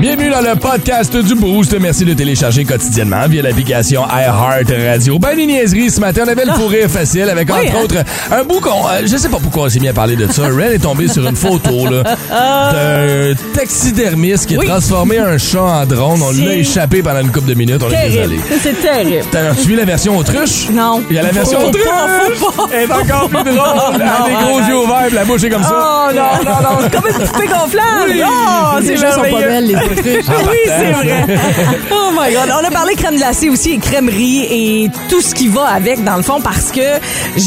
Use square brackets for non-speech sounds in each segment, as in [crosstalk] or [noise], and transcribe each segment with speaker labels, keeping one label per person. Speaker 1: Bienvenue dans le podcast du Boost. Merci de télécharger quotidiennement via l'application iHeart Radio. Ben les niaiseries, ce matin, on avait le pourrir facile avec,
Speaker 2: Ah. Oui,
Speaker 1: entre
Speaker 2: hein?
Speaker 1: autres, un bout qu'on... euh, je sais pas pourquoi on s'est mis à parler de
Speaker 2: [laughs]
Speaker 1: ça. Ren est tombé sur une photo là, d'un taxidermiste qui
Speaker 2: Oui.
Speaker 1: a transformé un chat en drone. On
Speaker 2: C'est-
Speaker 1: l'a échappé pendant une couple de minutes. On est
Speaker 2: Terrible.
Speaker 1: désolé.
Speaker 2: C'est terrible.
Speaker 1: T'as suivi la version autruche?
Speaker 2: Non.
Speaker 1: Il y a la version
Speaker 2: Faut
Speaker 1: autruche!
Speaker 2: pas, faut pas.
Speaker 1: Elle est encore plus drôle! Elle a des
Speaker 2: [laughs] Non,
Speaker 1: gros
Speaker 2: arrête.
Speaker 1: yeux ouverts, puis la bouche est comme ça.
Speaker 2: Oh non, non,
Speaker 1: [laughs]
Speaker 2: non, c'est comme une poupée gonflable.
Speaker 1: Oui.
Speaker 2: Oh,
Speaker 1: Les
Speaker 2: c'est
Speaker 1: gens sont pas
Speaker 2: merveilleux. [laughs]
Speaker 1: belles, les
Speaker 2: oui,
Speaker 1: autruches. Ah,
Speaker 2: c'est vrai. Oh my God. On a parlé crème glacée aussi et crèmerie et tout ce qui va avec, dans le fond, parce que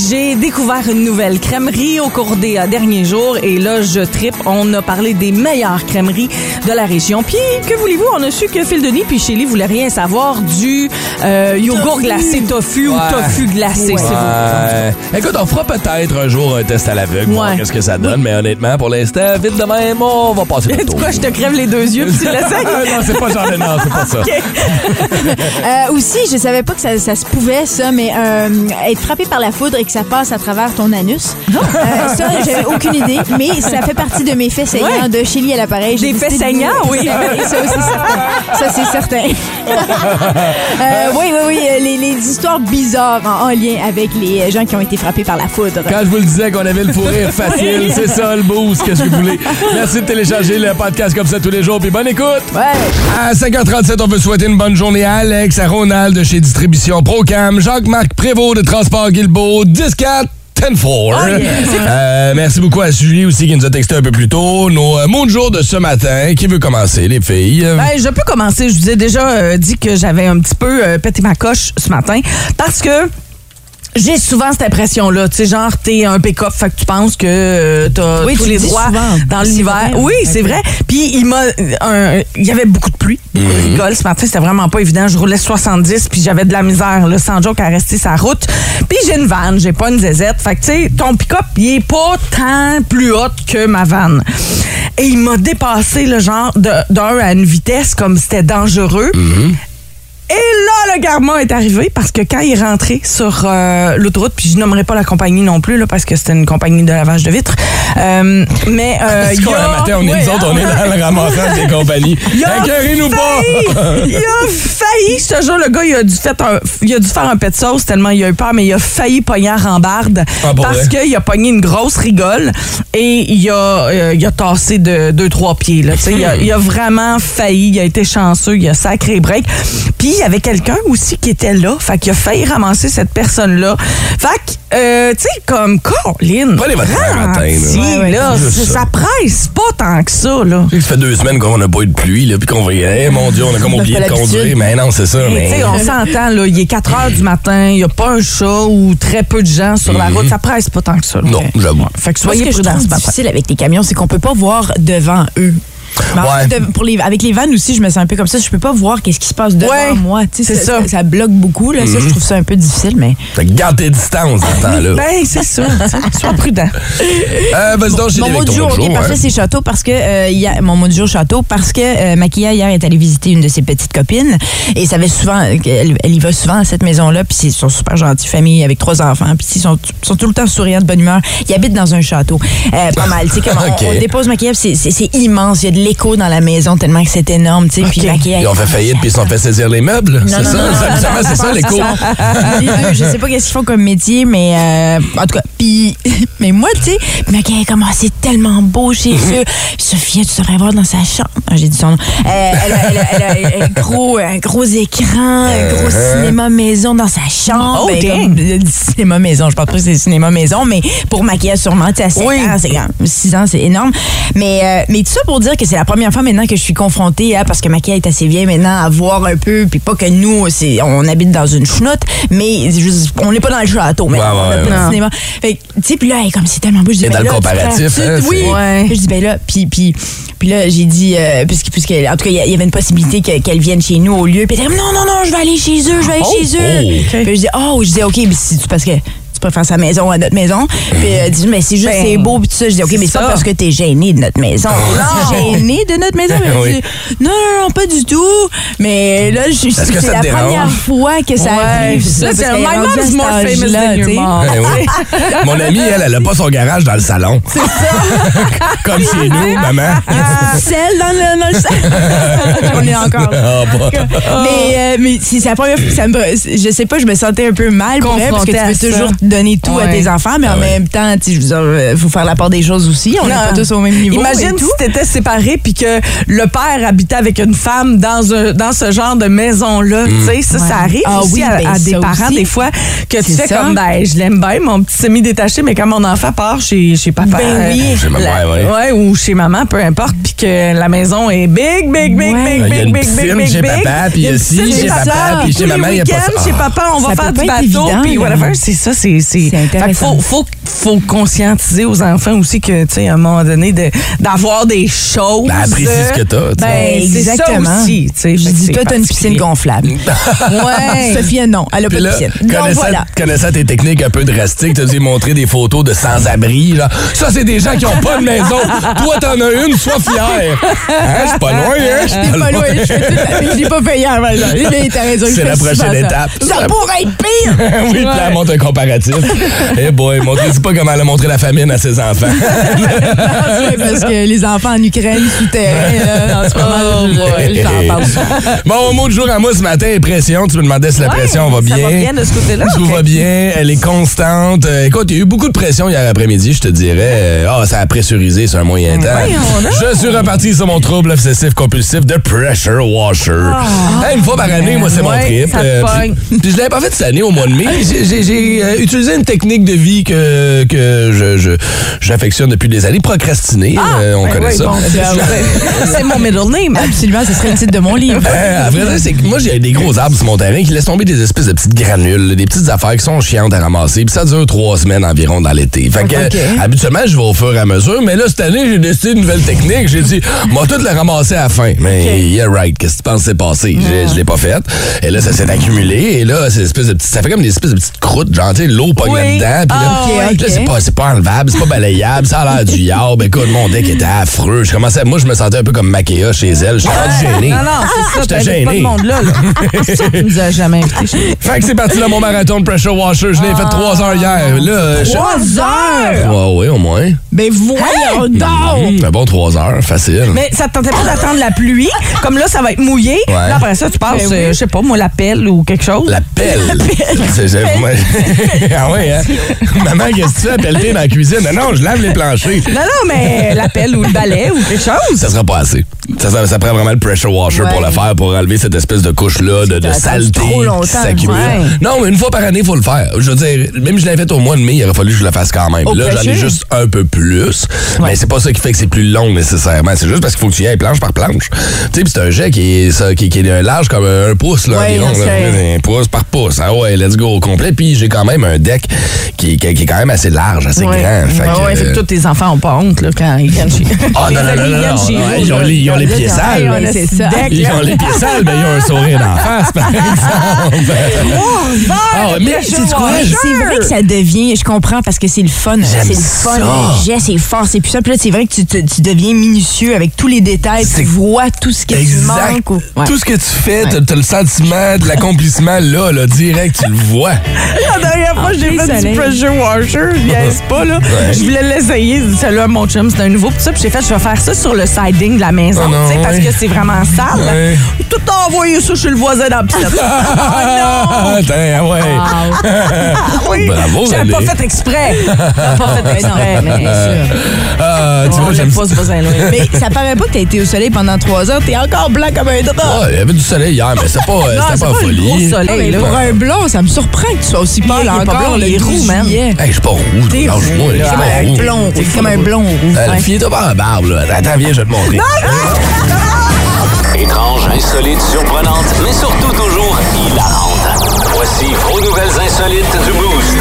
Speaker 2: j'ai découvert une nouvelle crèmerie au cours des euh, derniers jours et là, je tripe. On a parlé des meilleures crèmeries de la région. Puis, que voulez-vous? On a su que Phil Denis puis Shelly voulaient rien savoir du euh, yogourt glacé tofu ou
Speaker 1: Ouais.
Speaker 2: tofu glacé, si vous
Speaker 1: Ouais. Écoute, on fera peut-être un jour un test à l'aveugle, voir
Speaker 2: Ouais.
Speaker 1: qu'est-ce que ça donne, mais honnêtement, pour l'instant, vite de même, on va passer le
Speaker 2: [laughs] Tu
Speaker 1: tour. Euh,
Speaker 2: quoi, je te crève les deux yeux puis
Speaker 1: [laughs]
Speaker 2: tu l'essayes?
Speaker 1: non, c'est pas genre de- non, c'est pas
Speaker 2: [laughs]
Speaker 1: ça.
Speaker 3: Euh, aussi, je savais pas que ça, ça se pouvait, ça, mais euh, être frappé par la foudre et que ça passe à travers ton anus. Euh, ça, j'avais aucune idée, mais ça fait partie de mes faits saignants
Speaker 2: Ouais.
Speaker 3: de Chili à l'appareil. J'ai
Speaker 2: Des faits
Speaker 3: décidé de-
Speaker 2: saignants, oui.
Speaker 3: Et ça aussi, certain. Ça, c'est certain.
Speaker 2: [laughs]
Speaker 3: Euh, oui, oui, oui. euh, Les, les histoires bizarres en, en lien avec les gens qui ont été frappés par la foudre.
Speaker 1: Quand je vous le disais qu'on avait le fou rire
Speaker 2: [laughs]
Speaker 1: facile, c'est ça le boost, qu'est-ce que vous voulez. Merci de télécharger le podcast comme ça tous les jours, puis bonne écoute!
Speaker 3: Ouais.
Speaker 1: À 5h37, on peut souhaiter une bonne journée à Alex, à Ronald de chez Distribution Procam, Jacques-Marc Prévost de Transport Guilbeault, 10-4. 10-4.
Speaker 2: Ah,
Speaker 1: Euh, merci beaucoup à Julie aussi qui nous a texté un peu plus tôt. Nos euh, mots de jour de ce matin. Qui veut commencer, les filles?
Speaker 2: [laughs] Ben, je peux commencer. Je vous ai déjà euh, dit que j'avais un petit peu euh, pété ma coche ce matin parce que j'ai souvent cette impression-là. Tu sais, genre, t'es un pick-up, fait que tu penses que euh, t'as
Speaker 3: Oui,
Speaker 2: tous
Speaker 3: tu
Speaker 2: les
Speaker 3: le dis
Speaker 2: droits
Speaker 3: souvent.
Speaker 2: dans
Speaker 3: C'est
Speaker 2: l'univers.
Speaker 3: vrai. hein?
Speaker 2: Oui, c'est vrai. Puis, il m'a. un- Il y avait beaucoup de pluie. Beaucoup d'école ce matin, c'était vraiment pas évident. Je roulais 70, puis j'avais de la misère, là, sans joke, à rester sa route. Puis, j'ai une vanne, j'ai pas une zézette. Fait que, tu sais, ton pick-up, il est pas tant plus haut que ma vanne. Et il m'a dépassé, le genre, de- d'un à une vitesse comme c'était dangereux. Et là, le garement est arrivé parce que quand il est rentré sur euh, l'autoroute, puis je nommerai pas la compagnie non plus, là, parce que c'était une compagnie de lavage de vitres. Euh, mais. euh,
Speaker 1: [laughs] C'est
Speaker 2: il y
Speaker 1: quoi,
Speaker 2: a-
Speaker 1: le matin, on est
Speaker 2: Ouais,
Speaker 1: nous autres, on est dans le ramassage
Speaker 2: [laughs]
Speaker 1: des compagnies.
Speaker 2: il a
Speaker 1: Écœurez-nous pas!
Speaker 2: failli! Il a failli, je te jure, le gars, il a dû, fait un- il a dû faire un pet de sauce tellement il a eu peur, mais il a failli pogner en rambarde
Speaker 1: Ah, pour
Speaker 2: parce
Speaker 1: vrai?
Speaker 2: qu'il a pogné une grosse rigole et il a, euh, il a tassé de deux, trois pieds. Là. Tu sais, il, a, il a vraiment failli, il a été chanceux, il a sacré break. Puis il y avait quelqu'un aussi qui était là, fait qu'il a failli ramasser cette personne-là. Fait que, euh, tu sais, comme Colin.
Speaker 1: Prenez votre temps le matin, là.
Speaker 2: ralentis,
Speaker 1: Ouais, ouais,
Speaker 2: là,
Speaker 1: c'est juste
Speaker 2: ça
Speaker 1: ça.
Speaker 2: presse pas tant que ça, là.
Speaker 1: Tu sais que Ça fait deux semaines qu'on n'a pas eu de pluie, là, puis qu'on va y aller. mon Dieu, on a comme
Speaker 3: On a
Speaker 1: oublié
Speaker 3: pas
Speaker 1: de conduire.
Speaker 3: l'habitude.
Speaker 1: Mais non, c'est ça.
Speaker 2: Mais tu
Speaker 1: Mais...
Speaker 2: sais, on s'entend, là, il est 4 heures du matin, il n'y a pas un chat ou très peu de gens sur la route. Ça presse pas tant que ça. là.
Speaker 1: Mm-hmm. Non, j'avoue.
Speaker 2: Fait que
Speaker 3: Moi,
Speaker 2: soyez
Speaker 3: ce que je
Speaker 2: prudents
Speaker 3: trouve
Speaker 2: ce matin.
Speaker 3: difficile avec les camions, c'est qu'on peut pas voir devant eux. Mais en
Speaker 1: Ouais.
Speaker 3: fait, de- pour les, avec les vannes aussi, je me sens un peu comme ça. Je peux pas voir qu'est-ce qui se passe devant
Speaker 2: Ouais,
Speaker 3: moi. Tu sais,
Speaker 2: c'est ça. Mhm.
Speaker 3: ça. ça bloque beaucoup. Là. Ça, je trouve ça un peu difficile, mais
Speaker 1: Fait que garde tes distances dans ce temps-là.
Speaker 2: Ben, c'est ça. tu sais, [laughs] Sois prudent.
Speaker 1: Euh, Vas-y donc, j'ai
Speaker 3: mon
Speaker 1: des
Speaker 3: mot du jour, ok,
Speaker 1: hein?
Speaker 3: parfait, c'est château parce que euh, hier- mon mot du jour château parce que euh, Maquilla hier est allée visiter une de ses petites copines et ça avait souvent elle, elle y va souvent à cette maison là puis ils sont super gentils famille avec trois enfants puis ils sont, sont tout le temps souriants de bonne humeur ils habitent dans un château Euh, pas mal tu sais
Speaker 1: [laughs]
Speaker 3: comme on-
Speaker 1: Ok.
Speaker 3: on, dépose Maquilla puis c'est- c'est c'est immense il y a de l'écho dans la maison tellement que c'est énorme tu sais puis
Speaker 2: Ok.
Speaker 3: Maquilla
Speaker 1: Ils ont fait faillite puis ils se sont fait saisir les meubles. C'est ça,
Speaker 3: non, non, non,
Speaker 1: ça,
Speaker 3: non,
Speaker 1: ça,
Speaker 3: non,
Speaker 1: c'est ça les cours.
Speaker 3: Les deux, je sais pas qu'est-ce qu'ils font comme métier, mais euh, en tout cas, puis [laughs] mais moi, tu sais, mais ok, comment Ah, c'est tellement beau chez eux. Sophia, tu devrais voir dans sa chambre. Ah, J'ai dit son nom. Euh, elle a, elle a- elle a- elle a un gros, un gros écran, un gros
Speaker 1: Euh.
Speaker 3: cinéma maison dans sa chambre.
Speaker 2: Oh, dang.
Speaker 3: comme le cinéma maison, je pense pas que c'est le cinéma maison, mais pour maquillage sûrement, tu sais, à 7
Speaker 2: Oui.
Speaker 3: ans, c'est grand. 6 ans, c'est énorme. Mais, euh, mais tout ça pour dire que c'est la première fois maintenant que je suis confrontée à, parce que Maquia est assez vieille maintenant, à voir un peu, puis pas que nous, c'est, on habite dans une chenoute, mais c'est juste- on n'est pas dans le château, mais
Speaker 1: Ouais, ouais,
Speaker 3: on a pas de
Speaker 1: ouais.
Speaker 3: cinéma. Fait que, tu sais, puis là, elle est comme c'est tellement beau, je dis,
Speaker 1: Et
Speaker 3: ben
Speaker 1: dans le
Speaker 3: là, tu
Speaker 1: comparatif,
Speaker 3: prends-
Speaker 1: hein,
Speaker 3: oui.
Speaker 1: c'est-
Speaker 2: Ouais.
Speaker 3: Puis je dis, ben là, puis, puis, puis là, j'ai dit, euh, puisque, puisque, en tout cas, il y a- il y avait une possibilité que- qu'elle vienne chez nous au lieu, puis elle était comme, non, non, non, je vais aller chez eux, je vais aller
Speaker 1: Oh,
Speaker 3: chez eux.
Speaker 1: oh.
Speaker 3: Puis je dis, oh, je dis, OK, mais si tu, parce que. tu préfères sa maison à notre maison. Puis elle dit, mais c'est juste,
Speaker 2: Ben,
Speaker 3: c'est beau, puis tout ça. Je dis, OK, mais c'est
Speaker 2: ça.
Speaker 3: pas parce que t'es gêné de notre maison.
Speaker 2: Non.
Speaker 3: Gêné de notre maison. Elle
Speaker 1: Oui.
Speaker 3: dit, non, non, non, pas du tout. Mais là, je-
Speaker 1: Est-ce que
Speaker 3: c'est
Speaker 1: ça
Speaker 3: la
Speaker 1: te dérange?
Speaker 3: première fois que ça
Speaker 2: Ouais,
Speaker 3: arrive. ça,
Speaker 2: là, c'est
Speaker 3: parce
Speaker 2: un
Speaker 3: qu'elle est
Speaker 2: My
Speaker 3: rendue à
Speaker 2: mom's
Speaker 3: cet
Speaker 2: more famous
Speaker 3: âge-là,
Speaker 2: than your
Speaker 3: tu sais.
Speaker 2: mom.
Speaker 1: Ben oui.
Speaker 3: [laughs]
Speaker 1: Mon amie, elle, elle a pas son garage dans le salon. C'est ça. [laughs] Comme chez nous, maman.
Speaker 3: Ah, Celle dans le, dans le sac. On est encore.
Speaker 1: Ah, bon.
Speaker 3: [laughs] Mais, euh, mais si c'est la première fois que ça me. Je sais pas, je me sentais un peu mal pour elle, parce que
Speaker 2: Confrontée
Speaker 3: tu
Speaker 2: à
Speaker 3: peux
Speaker 2: ça.
Speaker 3: toujours donner tout à
Speaker 2: Ouais.
Speaker 3: tes enfants,
Speaker 1: Ah
Speaker 3: mais en même temps, tu sais, je veux dire, euh, faut faire la part des choses aussi. On n'est
Speaker 2: Non.
Speaker 3: pas tous au même niveau.
Speaker 2: Imagine
Speaker 3: et
Speaker 2: si
Speaker 3: tout.
Speaker 2: t'étais séparé puis que le père habitait avec une femme dans, un- dans ce genre de maison-là.
Speaker 1: Mm.
Speaker 2: Tu sais, ça,
Speaker 3: Ouais.
Speaker 2: ça arrive
Speaker 3: Ah
Speaker 2: aussi
Speaker 3: oui,
Speaker 2: à,
Speaker 3: ben,
Speaker 2: à des
Speaker 3: ça
Speaker 2: parents,
Speaker 3: aussi.
Speaker 2: des fois, que tu
Speaker 3: C'est
Speaker 2: fais
Speaker 3: ça.
Speaker 2: comme, ben, je l'aime bien, mon petit semi-détaché, mais quand mon enfant part chez, chez papa.
Speaker 3: Ben oui.
Speaker 1: Chez maman,
Speaker 2: la-
Speaker 1: ouais.
Speaker 2: ouais, ou chez maman, peu importe, puis que la maison est big, big, big,
Speaker 3: Ouais.
Speaker 2: big,
Speaker 1: Il y a
Speaker 2: big,
Speaker 1: une
Speaker 2: big,
Speaker 1: piscine
Speaker 2: big, big,
Speaker 1: chez
Speaker 2: big.
Speaker 1: papa, puis
Speaker 2: Il y a une
Speaker 1: ici,
Speaker 2: piscine
Speaker 3: chez
Speaker 2: ça.
Speaker 1: papa, puis
Speaker 2: Tous
Speaker 1: chez
Speaker 2: les
Speaker 1: maman, il y a pas
Speaker 2: week-ends,
Speaker 1: ça.
Speaker 2: Chez papa, on
Speaker 3: Ça
Speaker 2: va
Speaker 3: peut
Speaker 2: faire
Speaker 3: pas
Speaker 2: du
Speaker 3: être
Speaker 2: bateau,
Speaker 3: évident,
Speaker 2: puis
Speaker 3: là.
Speaker 2: whatever. C'est ça, c'est. c'est-
Speaker 3: C'est
Speaker 2: Fait que
Speaker 3: intéressant.
Speaker 2: faut, faut, faut conscientiser aux enfants aussi que, tu sais, à un moment donné, de- d'avoir des choses.
Speaker 1: Ben, apprécie ce que t'as, tu sais.
Speaker 2: Ben, c'est ça
Speaker 3: Exactement.
Speaker 2: aussi, tu sais.
Speaker 3: Je
Speaker 2: Fait que
Speaker 3: dis,
Speaker 2: c'est
Speaker 3: toi, t'as une
Speaker 2: particulier.
Speaker 3: piscine
Speaker 1: [laughs]
Speaker 3: gonflable.
Speaker 2: Ouais.
Speaker 3: Sophie, elle, non, elle a
Speaker 1: Puis
Speaker 3: pas de
Speaker 1: là,
Speaker 3: piscine. Donc
Speaker 1: connaissant,
Speaker 3: voilà.
Speaker 1: connaissant tes techniques un peu drastiques, t'as dû montrer des photos de sans-abri. là. Ça, c'est des gens qui ont pas de maison. Toi, t'en as une, sois fier. Hein, je suis pas loin, hein? Je suis
Speaker 3: T'es [laughs] pas loin, [laughs] je fais toute la- je l'ai pas payé
Speaker 1: [laughs]
Speaker 3: avant, là. Mais t'as raison, je
Speaker 1: C'est
Speaker 3: fais
Speaker 1: la
Speaker 3: souvent
Speaker 1: prochaine
Speaker 3: ça.
Speaker 1: étape.
Speaker 3: Ça pourrait être pire!
Speaker 1: [laughs] oui, puis là, elle montre un comparatif. Eh boy, montrez-y pas comment elle a montré la famine à ses enfants.
Speaker 3: Ouais, parce que les enfants en Ukraine souterrains, là, en ce moment,
Speaker 2: hein,
Speaker 3: je- je-
Speaker 1: [laughs]
Speaker 3: j'en parle souvent.
Speaker 1: bon, mot du jour à moi ce matin, pression. Tu me demandais si la pression va bien.
Speaker 2: Ça va bien de ce côté-là.
Speaker 1: Tout
Speaker 2: ok.
Speaker 1: va bien, elle est constante. Euh, écoute, il y a eu beaucoup de pression hier après-midi, je te dirais. Euh, Ah, ça a pressurisé sur un
Speaker 2: Mm,
Speaker 1: moyen temps. Je suis reparti sur mon trouble obsessif compulsif de pressure washer. Hey, une fois par année, moi, c'est mon
Speaker 2: Ah. Ouais,
Speaker 1: trip. Euh,
Speaker 2: ça te
Speaker 1: puis- puis, je l'avais pas fait cette année au mois de mai. J'ai- J'ai j'ai, euh, utilisé une technique de vie que, que je- je- j'affectionne depuis des années, procrastiner. Euh, on connaît
Speaker 2: Ah, ben Oui,
Speaker 1: ça.
Speaker 2: bon,
Speaker 1: [laughs]
Speaker 2: c'est- c'est mon middle name.
Speaker 3: Absolument, ce serait le titre de mon livre.
Speaker 1: Euh, à vrai dire, c'est que moi, j'ai des gros arbres sur mon terrain qui laissent tomber des espèces de petites granules, des petites affaires qui sont chiantes à ramasser. Puis ça dure trois semaines environ dans l'été. Fait que,
Speaker 3: Ok.
Speaker 1: euh, habituellement, je vais au fur et à mesure. Mais là, cette année, j'ai décidé une nouvelle technique. J'ai dit, moi, tout le ramasser à la fin. Mais yeah, right. Qu'est-ce que tu penses que c'est passé? J'ai- Je l'ai pas fait. Et là, ça s'est accumulé. Et là, c'est espèce de petites- ça fait comme des espèces de petites croûtes. Genre, tu sais, l'eau pogne
Speaker 2: Oui.
Speaker 1: dedans. Puis là,
Speaker 3: Ah, ok,
Speaker 1: là,
Speaker 3: ok.
Speaker 1: c'est pas, c'est pas enlevable, c'est pas balayable. Ça a l'air du yard. Ben, écoute, mon deck était affreux. Je commençais, moi, je me sentais un peu comme Makea chez elle. J'étais rendu gêné.
Speaker 2: Non, non, c'est ça.
Speaker 1: J'étais
Speaker 2: t'invites pas
Speaker 1: gêné.
Speaker 2: de monde là. là.
Speaker 3: [laughs]
Speaker 2: C'est ça que tu nous as jamais invités chez nous.
Speaker 1: Fait que c'est parti là, mon marathon de pressure washer. Je l'ai fait trois heures hier. Là, euh, je-
Speaker 3: Trois heures!
Speaker 1: Ouais, ouais, au moins.
Speaker 3: Ben voyons donc!
Speaker 1: Mmh, un bon trois heures, facile.
Speaker 2: Mais ça te tentait pas d'attendre la pluie. Comme là, ça va être mouillé. Là, après ça, tu passes,
Speaker 3: Ben oui.
Speaker 2: euh, je sais pas, moi, la pelle ou quelque chose.
Speaker 1: La pelle. [laughs] C'est- c'est- moi- ah ouais, hein? Maman, qu'est-ce que tu fais à pelleter dans la cuisine? Non, non, je lave les planchers.
Speaker 2: Non, non, mais
Speaker 1: [laughs]
Speaker 2: la pelle ou le balai ou quelque chose.
Speaker 1: Ça sera pas assez. Ça, ça, ça prend vraiment le pressure washer
Speaker 3: Ouais.
Speaker 1: pour le faire, pour enlever cette espèce de couche-là de, de
Speaker 3: Ça attend
Speaker 1: saleté
Speaker 3: trop longtemps,
Speaker 1: qui s'accumule.
Speaker 3: ouais.
Speaker 1: Non, mais une fois par année, il faut le faire. Je veux dire, même si je l'avais fait au mois de mai, il aurait fallu que je le fasse quand même.
Speaker 3: Au
Speaker 1: là, j'en ai
Speaker 3: pressure?
Speaker 1: juste un peu plus. Mais c'est pas ça qui fait que c'est plus long nécessairement. C'est juste parce qu'il faut que tu y ailles planche par planche. Tu sais, puis c'est un jet qui est, ça, qui, qui est un large comme un pouce, là,
Speaker 3: Ouais,
Speaker 1: environ.
Speaker 3: je
Speaker 1: là.
Speaker 3: sais.
Speaker 1: Un pouce par pouce. Ah ouais, let's go au complet. Puis j'ai quand même un deck qui, qui- qui est quand même assez large, assez
Speaker 2: Ouais.
Speaker 1: grand. Fait
Speaker 2: Ouais,
Speaker 1: que, euh,
Speaker 2: ouais, fait que tous tes enfants ont pas honte là, quand ils viennent chez
Speaker 1: Ah, non, non, non, non, non, non, ils ont les- ils ont les pieds sales.
Speaker 3: Ouais, c'est ça.
Speaker 1: Ils ont les pieds sales, mais ils ont un sourire d'en face, par exemple. Ah, ouais, mais c'est quoi?
Speaker 3: Ouais,
Speaker 1: je-
Speaker 3: c'est vrai que ça devient, je comprends, parce que c'est le fun. C'est le
Speaker 1: ça.
Speaker 3: fun, le geste, c'est fort, c'est plus ça. Puis là, c'est vrai que tu, te- tu deviens minutieux avec tous les détails,
Speaker 1: C'est
Speaker 3: tu vois tout ce que tu
Speaker 1: Exact.
Speaker 3: manques. ou- Ouais.
Speaker 1: Tout ce que tu fais, t'as- t'as le sentiment de l'accomplissement là, là, direct, tu le vois.
Speaker 2: La dernière fois, j'ai
Speaker 3: plein
Speaker 2: fait
Speaker 3: soleil.
Speaker 2: du pressure washer, je niaise pas, là. Je voulais l'essayer, j'ai dit, celui-là, mon chum, c'est un nouveau, pis ça, puis j'ai fait, je vais faire ça sur le siding de la maison,
Speaker 1: Oh non,
Speaker 2: tu sais, parce
Speaker 1: ouais.
Speaker 2: que c'est vraiment sale.
Speaker 1: Ouais.
Speaker 2: Tout envoyé ça chez le voisin dans
Speaker 1: [laughs]
Speaker 2: la piscine.
Speaker 1: Ah, tiens, ouais.
Speaker 2: Ah oui,
Speaker 1: Bravo,
Speaker 2: j'avais pas
Speaker 1: Valérie.
Speaker 2: fait exprès. J'avais pas
Speaker 1: [laughs]
Speaker 2: fait exprès, mais
Speaker 1: Ah, tu
Speaker 2: on
Speaker 1: vois, j'aime
Speaker 2: l'aime
Speaker 1: ça.
Speaker 2: pas ce
Speaker 1: [laughs]
Speaker 2: voisin-là.
Speaker 3: Mais ça paraît pas que t'as été au soleil pendant trois heures, t'es encore blanc comme un drap.
Speaker 1: Ah, il y avait du soleil hier, mais c'était pas,
Speaker 3: Euh,
Speaker 1: c'était
Speaker 2: c'est
Speaker 1: pas,
Speaker 2: pas le gros
Speaker 1: folie.
Speaker 2: soleil.
Speaker 3: Ah, mais
Speaker 2: là.
Speaker 3: pour un blond, ça me surprend que tu sois aussi pâle
Speaker 2: il est pas blond,
Speaker 3: encore.
Speaker 2: il est
Speaker 3: le
Speaker 2: roux,
Speaker 3: 12
Speaker 2: man.
Speaker 3: juillet.
Speaker 1: Hey, je suis pas roux, lâche-moi, je suis
Speaker 3: Comme
Speaker 1: pas
Speaker 3: un
Speaker 1: roux.
Speaker 3: blond, roux, comme un blond roux.
Speaker 1: Euh,
Speaker 3: Ouais.
Speaker 1: Fie-toi pas à la barbe, là. Attends, viens, je vais te montrer.
Speaker 4: Étrange, insolite, surprenante, mais surtout toujours hilarante. Voici vos nouvelles insolites du Boost.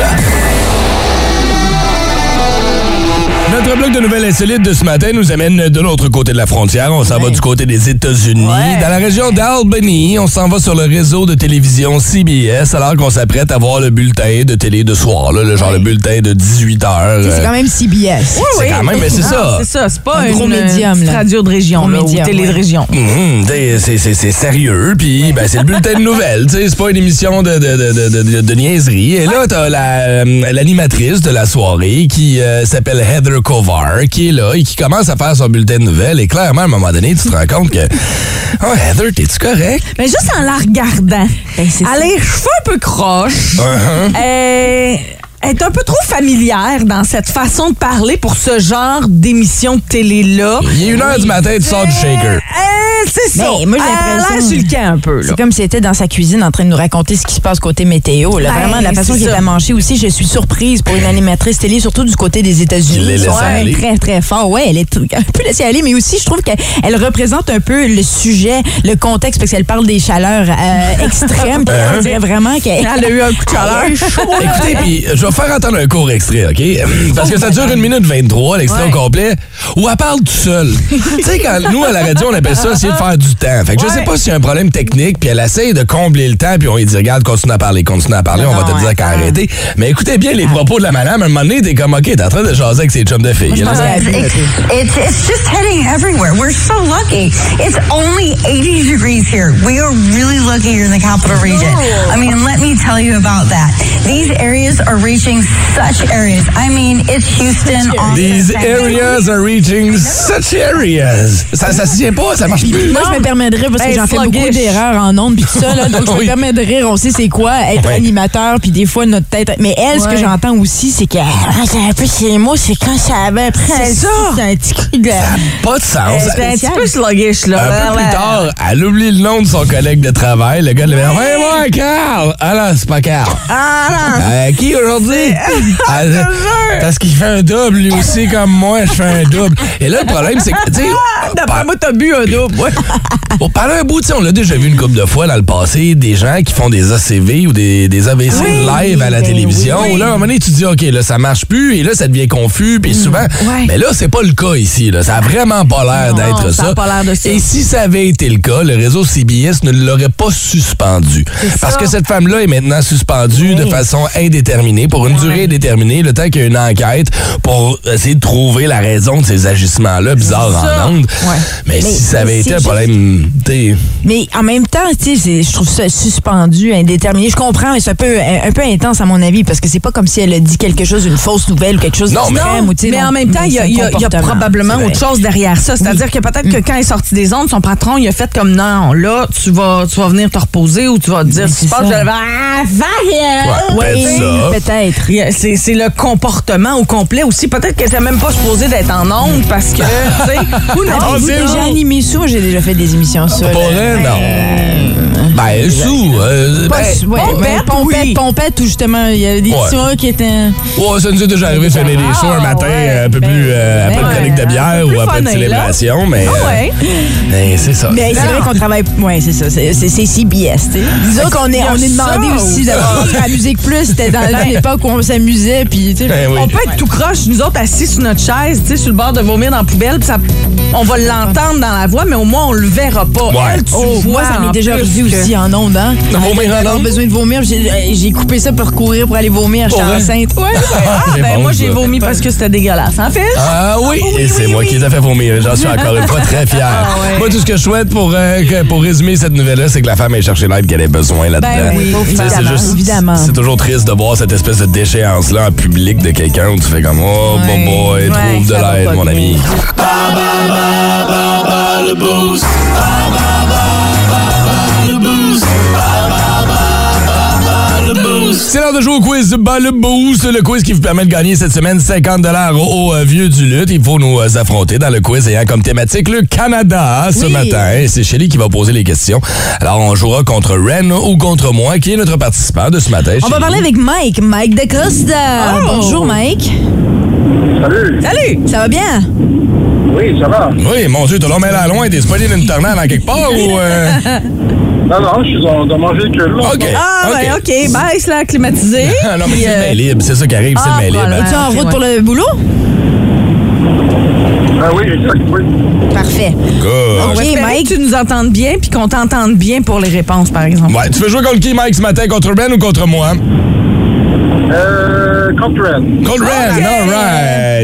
Speaker 1: Notre Notre bloc de nouvelles insolites de ce matin nous amène de l'autre côté de la frontière. On s'en va du côté des États-Unis.
Speaker 3: Ouais.
Speaker 1: Dans la région d'Albany, on s'en va sur le réseau de télévision CBS alors qu'on s'apprête à voir le bulletin de télé de soir, là, le genre le bulletin de 18 heures. euh,
Speaker 3: C'est quand même CBS.
Speaker 1: C'est quand même- mais c'est
Speaker 2: Ah,
Speaker 1: ça.
Speaker 2: C'est ça. C'est pas
Speaker 3: Un gros
Speaker 2: une, euh,
Speaker 3: médium,
Speaker 2: petite
Speaker 3: là.
Speaker 2: radio de région
Speaker 3: Gros
Speaker 2: là,
Speaker 3: médium,
Speaker 2: ou télé de
Speaker 3: ouais.
Speaker 2: région.
Speaker 1: Mhm, t'sais, c'est- c'est c'est sérieux, puis ben, c'est le bulletin de nouvelles. t'sais, C'est pas une émission de, de, de, de, de- de niaiserie. Et là, t'as la, euh, l'animatrice de la soirée qui euh, s'appelle Heather Kovar, qui est là et qui commence à faire son bulletin de nouvelles. Et clairement, à un moment donné, tu te rends compte que Oh, Heather, t'es-tu correct?
Speaker 2: Mais juste en la regardant,
Speaker 3: Ben, c'est ça.
Speaker 2: elle a les cheveux un peu croches.
Speaker 1: Uh-huh.
Speaker 2: Euh, elle est un peu trop familière dans cette façon de parler pour ce genre d'émission de télé-là.
Speaker 1: Il est une heure du matin, tu sors du shaker.
Speaker 2: Euh, c'est ça.
Speaker 3: Mais Ben, moi, j'ai
Speaker 2: Elle a l'air
Speaker 3: l'impression-
Speaker 2: sur le camp un peu. Là.
Speaker 3: C'est comme si elle était dans sa cuisine en train de nous raconter ce qui se passe côté météo. Là.
Speaker 2: Ouais,
Speaker 3: Vraiment, la façon
Speaker 2: c'est
Speaker 3: qu'elle
Speaker 2: ça.
Speaker 3: a mangé aussi, je suis surprise pour une animatrice télé, surtout du côté des
Speaker 1: Il
Speaker 3: États-Unis.
Speaker 1: les
Speaker 3: Ils sont
Speaker 1: laisse
Speaker 3: un
Speaker 1: aller.
Speaker 3: très, très fort. Ouais, elle est tout- un peu laissée aller, mais aussi, je trouve qu'elle elle représente un peu le sujet, le contexte, parce qu'elle parle des chaleurs
Speaker 2: [laughs]
Speaker 3: euh, extrêmes. puis on dirait vraiment qu'elle
Speaker 2: Uh-huh. Elle a eu un coup de chaleur.
Speaker 1: Écoutez, puis je vais faire entendre un court extrait, OK? Parce que ça dure une minute 23, l'extrait au complet, où elle parle tout seul.
Speaker 3: [laughs]
Speaker 1: tu sais, quand nous, à la radio, on appelle ça essayer de faire du temps. Fait que je sais pas s'il y a un problème technique, puis elle essaye de combler le temps, puis on lui dit, regarde, continue à parler, continue à parler, on va
Speaker 3: Non,
Speaker 1: te dire
Speaker 3: ouais.
Speaker 1: qu'à arrêter. Mais écoutez bien les propos de la madame, à un moment donné, t'es comme, OK, t'es en train de jaser avec ses chums de filles.
Speaker 3: pense
Speaker 1: là.
Speaker 3: qu'elle
Speaker 5: It's,
Speaker 3: abuse un peu.
Speaker 5: it's, it's just heading everywhere. We're so lucky. It's only 80 degrees here. We are really lucky you're in the capital region. I mean, let me tell you about that. These areas are reaching such areas. I mean, it's Houston. on
Speaker 1: These
Speaker 5: Thursday.
Speaker 1: areas are reaching such areas. Ça, ça se tient pas, ça marche plus.
Speaker 3: Moi, je me permets de rire parce que
Speaker 2: Ben,
Speaker 3: j'en fais beaucoup
Speaker 2: sluggish.
Speaker 3: d'erreurs en ondes puis tout ça. Là,
Speaker 2: [laughs]
Speaker 3: donc, je
Speaker 1: Oui.
Speaker 3: me permets de rire. On sait c'est quoi être
Speaker 1: Ouais.
Speaker 3: animateur puis des fois notre tête. Mais elle, ce que
Speaker 2: Ouais.
Speaker 3: j'entends aussi, c'est que ah, c'est un peu ces mots, c'est quand ça avait pris.
Speaker 2: C'est ça.
Speaker 3: C'est un petit cri de.
Speaker 1: Pas de sens.
Speaker 3: Euh,
Speaker 2: Elle était un petit
Speaker 3: spécial.
Speaker 2: peu sluggish, là.
Speaker 1: Un peu plus tard, elle oublie le nom de son collègue de travail. Le gars lui dit Ouais, moi, Carl Ah là, c'est pas Carl.
Speaker 2: Ah,
Speaker 1: Euh, qui aujourd'hui
Speaker 2: [laughs]
Speaker 1: Ah, Parce qu'il fait un double, lui aussi, comme moi, je fais un double. Et là, le problème, c'est que, tu sais,
Speaker 2: non. D'après moi, t'as bu un
Speaker 1: [laughs]
Speaker 2: double. ouais.
Speaker 1: Bon, pendant un bout, tu sais, on l'a déjà vu une couple de fois dans le passé, des gens qui font des ACV ou des, des AVC live à la
Speaker 3: ben
Speaker 1: télévision.
Speaker 3: oui.
Speaker 1: Là, à un moment donné, tu te dis, OK, là, ça marche plus, et là, ça devient confus, puis
Speaker 2: Mm,
Speaker 1: souvent. Mais là, c'est pas le cas ici, là. Ça a vraiment pas l'air
Speaker 2: Non,
Speaker 3: Ah,
Speaker 1: d'être
Speaker 2: ça
Speaker 1: ça.
Speaker 2: a pas l'air de ça.
Speaker 1: Et si ça avait été le cas, le réseau CBS ne l'aurait pas suspendu. Parce
Speaker 2: ça.
Speaker 1: que cette femme-là est maintenant suspendue de façon indéterminée, pour une durée indéterminée, le temps qu'il y a une enquête pour essayer de trouver la raison de ces agissements-là bizarres
Speaker 2: ça.
Speaker 1: en ondes.
Speaker 2: Ouais.
Speaker 1: Mais,
Speaker 3: Mais
Speaker 1: si ça avait été
Speaker 3: c'est
Speaker 1: un
Speaker 3: juste-
Speaker 1: problème, t'sais,
Speaker 3: Mais en même temps, tu sais, c'est- je trouve ça suspendu, indéterminé. Je comprends, mais c'est un peu, un peu intense à mon avis parce que c'est pas comme si elle a dit quelque chose, une fausse nouvelle ou quelque chose
Speaker 1: Non, mais-
Speaker 3: d'extrême. ou tu sais,
Speaker 2: Mais
Speaker 3: donc,
Speaker 2: en même temps, il y a,
Speaker 3: son
Speaker 2: il y a- il y a
Speaker 3: comportement. C'est
Speaker 2: probablement
Speaker 3: vrai. Mm.
Speaker 2: autre chose derrière ça. C'est-à-dire que peut-être que quand il est sorti des ondes, son patron, il a fait comme non, là, tu vas, tu vas venir te reposer ou tu vas te dire ce qui se
Speaker 3: Ben, c'est
Speaker 2: passe.
Speaker 3: ça.
Speaker 2: Je vais- Ah, va, euh,
Speaker 1: Ouais,
Speaker 2: ouais.
Speaker 1: peut-être ça.
Speaker 3: Peut-être.
Speaker 2: Il y a- euh, C'est c'est le comportement au complet aussi. Peut-être qu'elle n'était même pas supposée d'être en ondes parce que, tu
Speaker 1: [laughs]
Speaker 2: sais, who knows?
Speaker 1: Ah,
Speaker 3: Avez-vous déjà animé ça? J'ai déjà fait des émissions sur.
Speaker 1: Pas vrai, non. Ben, sous. euh,
Speaker 3: Pas-
Speaker 1: ben,
Speaker 3: ouais,
Speaker 2: Pompette,
Speaker 3: ben, pompette,
Speaker 2: oui.
Speaker 3: pompette, où justement, il y avait des
Speaker 1: Ouais.
Speaker 3: petits qui étaient.
Speaker 1: ouais, ça nous est déjà arrivé de finir des shows un matin, un peu plus euh, après
Speaker 2: Ah, ben,
Speaker 1: une chronique de
Speaker 2: un peu
Speaker 1: bière
Speaker 2: plus
Speaker 1: ou après une
Speaker 2: funny,
Speaker 1: célébration, mais. euh,
Speaker 2: Ah Ouais.
Speaker 1: mais c'est ça. Ben,
Speaker 3: Mais c'est vrai qu'on travaille. Ouais, c'est ça. C'est c'est- c'est CBS, tu sais. Nous autres, on est, on est demandé
Speaker 2: ça
Speaker 3: aussi d'avoir à Musique Plus. C'était [laughs] dans une époque où on s'amusait, puis tu sais.
Speaker 1: Ben oui.
Speaker 2: On peut être tout croche, nous autres, assis sur notre chaise, tu sais, sur le bord de vomir dans la poubelle, puis ça, on va l'entendre dans la voix, mais au moins, on le verra pas.
Speaker 1: Ouais.
Speaker 2: Elle, tu
Speaker 3: Oh,
Speaker 2: vois,
Speaker 3: moi, ça m'est
Speaker 2: en
Speaker 3: déjà
Speaker 2: plus
Speaker 3: arrivé
Speaker 2: que-
Speaker 3: aussi en ondes, hein.
Speaker 1: De vomir en
Speaker 3: J'avais
Speaker 1: ondes?
Speaker 3: besoin de vomir, j'ai euh, j'ai coupé ça pour courir, pour aller vomir, j'étais
Speaker 1: Pour vrai?
Speaker 3: enceinte. Ouais.
Speaker 2: Ah,
Speaker 1: C'est
Speaker 2: ben
Speaker 1: bon,
Speaker 2: moi,
Speaker 1: ça.
Speaker 2: j'ai vomi parce que c'était dégueulasse, en fait.
Speaker 1: Ah oui, et c'est moi qui les ai fait vomir. J'en suis encore une fois très fier.
Speaker 3: Ah,
Speaker 1: Moi, tout ce que je souhaite pour, euh, que- pour résumer cette nouvelle-là, c'est que la femme ait cherché l'aide qu'elle ait besoin là-dedans.
Speaker 3: Ben oui,
Speaker 1: Tu sais, c'est
Speaker 3: évidemment,
Speaker 1: juste-
Speaker 3: évidemment.
Speaker 1: C'est toujours triste de voir cette espèce de déchéance-là en public de quelqu'un où tu fais comme Oh, bon boy,
Speaker 3: Ouais,
Speaker 1: trouve de
Speaker 3: ça va
Speaker 1: l'aide,
Speaker 3: pas
Speaker 1: mon
Speaker 3: bien.
Speaker 1: ami. C'est l'heure de jouer au quiz du bas le boost, le quiz qui vous permet de gagner cette semaine 50 au, au, euh, vieux du lutte. Il faut nous euh, affronter dans le quiz ayant comme thématique le Canada ce
Speaker 3: Oui.
Speaker 1: matin. Et C'est Shelly qui va poser les questions. Alors on jouera contre Ren ou contre moi qui est notre participant de ce matin.
Speaker 3: On va
Speaker 1: Shelly.
Speaker 3: parler avec Mike, Mike DaCosta.
Speaker 2: Oh.
Speaker 3: Bonjour, Mike.
Speaker 6: Salut.
Speaker 2: Salut!
Speaker 3: Ça va bien?
Speaker 6: Oui, ça va.
Speaker 1: Oui, mon Dieu, t'as l'homme là loin, t'es spoilé d'une tornade en quelque part ou...
Speaker 3: [laughs]
Speaker 1: euh?
Speaker 6: Non, non, je suis dans, dans manger que l'eau.
Speaker 1: OK.
Speaker 2: Ah, ben, OK, baisse la climatisée.
Speaker 1: Ah [laughs] non, mais
Speaker 2: Puis,
Speaker 1: c'est le
Speaker 2: euh,
Speaker 1: main libre, c'est ça qui arrive, c'est le Ben,
Speaker 2: ah,
Speaker 1: main libre.
Speaker 2: voilà.
Speaker 3: Es-tu en
Speaker 2: ok,
Speaker 3: route
Speaker 2: ouais.
Speaker 3: pour le boulot?
Speaker 6: Ben oui, exact, oui.
Speaker 3: Parfait.
Speaker 1: Good.
Speaker 3: OK,
Speaker 2: Espérons
Speaker 3: Mike.
Speaker 2: Ah, que tu nous entendes bien puis qu'on t'entende bien pour les réponses, par exemple.
Speaker 1: Ouais, tu veux jouer contre qui, Mike, ce matin? Contre Ben ou contre moi?
Speaker 6: Euh, comprenne.
Speaker 1: Contre Ben, all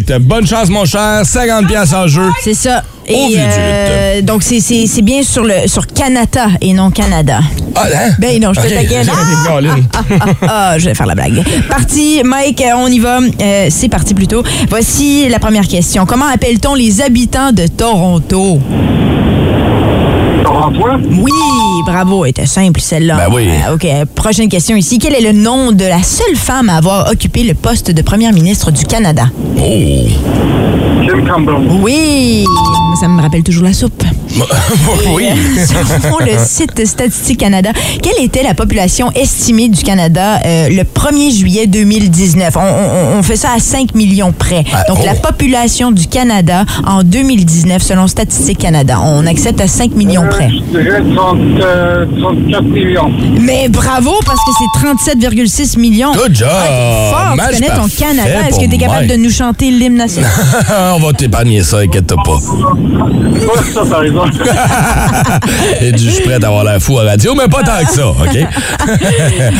Speaker 1: right. Bonne chance, mon cher. 50 pièces en jeu.
Speaker 3: C'est ça. euh,
Speaker 1: Au vieux
Speaker 3: donc, c'est- c'est c'est bien sur, le, sur Canada et non Canada.
Speaker 1: Ah, hein?
Speaker 3: Ben non, je te
Speaker 1: Ok.
Speaker 3: taquine.
Speaker 1: [laughs]
Speaker 3: Ah!
Speaker 1: Colin.
Speaker 3: Ah, je vais faire la blague. Parti, Mike, euh, on y va. Euh, c'est parti plutôt. Voici la première question. Comment appelle-t-on les habitants de Toronto?
Speaker 6: Torontois?
Speaker 3: Oui, bravo, elle était simple celle-là.
Speaker 1: Ben oui.
Speaker 3: Euh, OK, prochaine question ici. Quel est le nom de la seule femme à avoir occupé le poste de première ministre du Canada?
Speaker 1: Oh.
Speaker 6: Kim Campbell.
Speaker 3: Oui, ça me rappelle toujours la soupe.
Speaker 1: [laughs]
Speaker 3: Ah!
Speaker 1: oui.
Speaker 3: [laughs] Selon le site Statistique Canada, quelle était la population estimée du Canada euh, le 1er juillet 2019? On, on- on fait ça à 5 millions près.
Speaker 1: Ah,
Speaker 3: Donc,
Speaker 1: oh.
Speaker 3: la population du Canada en 2019, selon Statistique Canada, on accepte à 5 millions
Speaker 6: Euh,
Speaker 3: près.
Speaker 6: Je dirais 30, euh, 34
Speaker 3: [laughs]
Speaker 6: millions.
Speaker 3: Mais bravo, parce que c'est 37,6 millions.
Speaker 1: Good job.
Speaker 3: Ah, t'es fort,
Speaker 1: Match
Speaker 3: tu connais ton
Speaker 1: parfait
Speaker 3: Canada. Est-ce que
Speaker 1: pour
Speaker 3: tu es capable
Speaker 1: Mike.
Speaker 3: de nous chanter l'hymne national?
Speaker 1: [laughs] On va t'épargner ça, inquiète-toi pas.
Speaker 6: Pas ça, par
Speaker 3: [laughs]
Speaker 6: exemple.
Speaker 1: Et du- Je suis prêt d'avoir la fou à radio, mais pas tant que ça,
Speaker 3: [laughs]
Speaker 1: OK?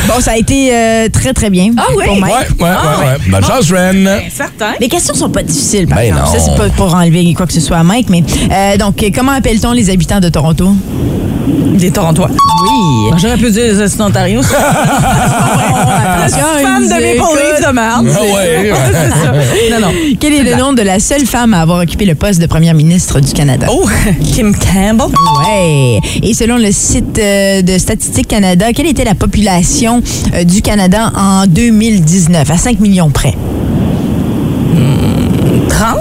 Speaker 3: bon, ça a été euh, très, très bien. Ah
Speaker 2: oui?
Speaker 1: Ouais, ouais, ouais, ouais. Bonne chance, Ren.
Speaker 2: Ben, Certain.
Speaker 3: Les questions sont pas difficiles, par
Speaker 1: Ben
Speaker 3: exemple.
Speaker 1: non.
Speaker 3: Ça, c'est pas pour enlever quoi que ce soit à Mike, mais... euh, donc, euh, comment appelle-t-on les habitants de Toronto?
Speaker 2: Des Torontois.
Speaker 3: Oui.
Speaker 2: Ben, J'aurais pu dire les assistants
Speaker 1: [laughs]
Speaker 2: ontario. Femme de mes bons livres de merde.
Speaker 1: Ah ouais.
Speaker 2: [laughs] C'est ça. Non, non.
Speaker 3: Quel est le nom de la seule femme à avoir occupé le poste de première ministre du Canada?
Speaker 2: Oh, Kim Campbell.
Speaker 1: Oh!
Speaker 3: Ouais. Et selon le site euh, de Statistique Canada, quelle était la population euh, du Canada en 2019, à 5 millions près?
Speaker 2: 30?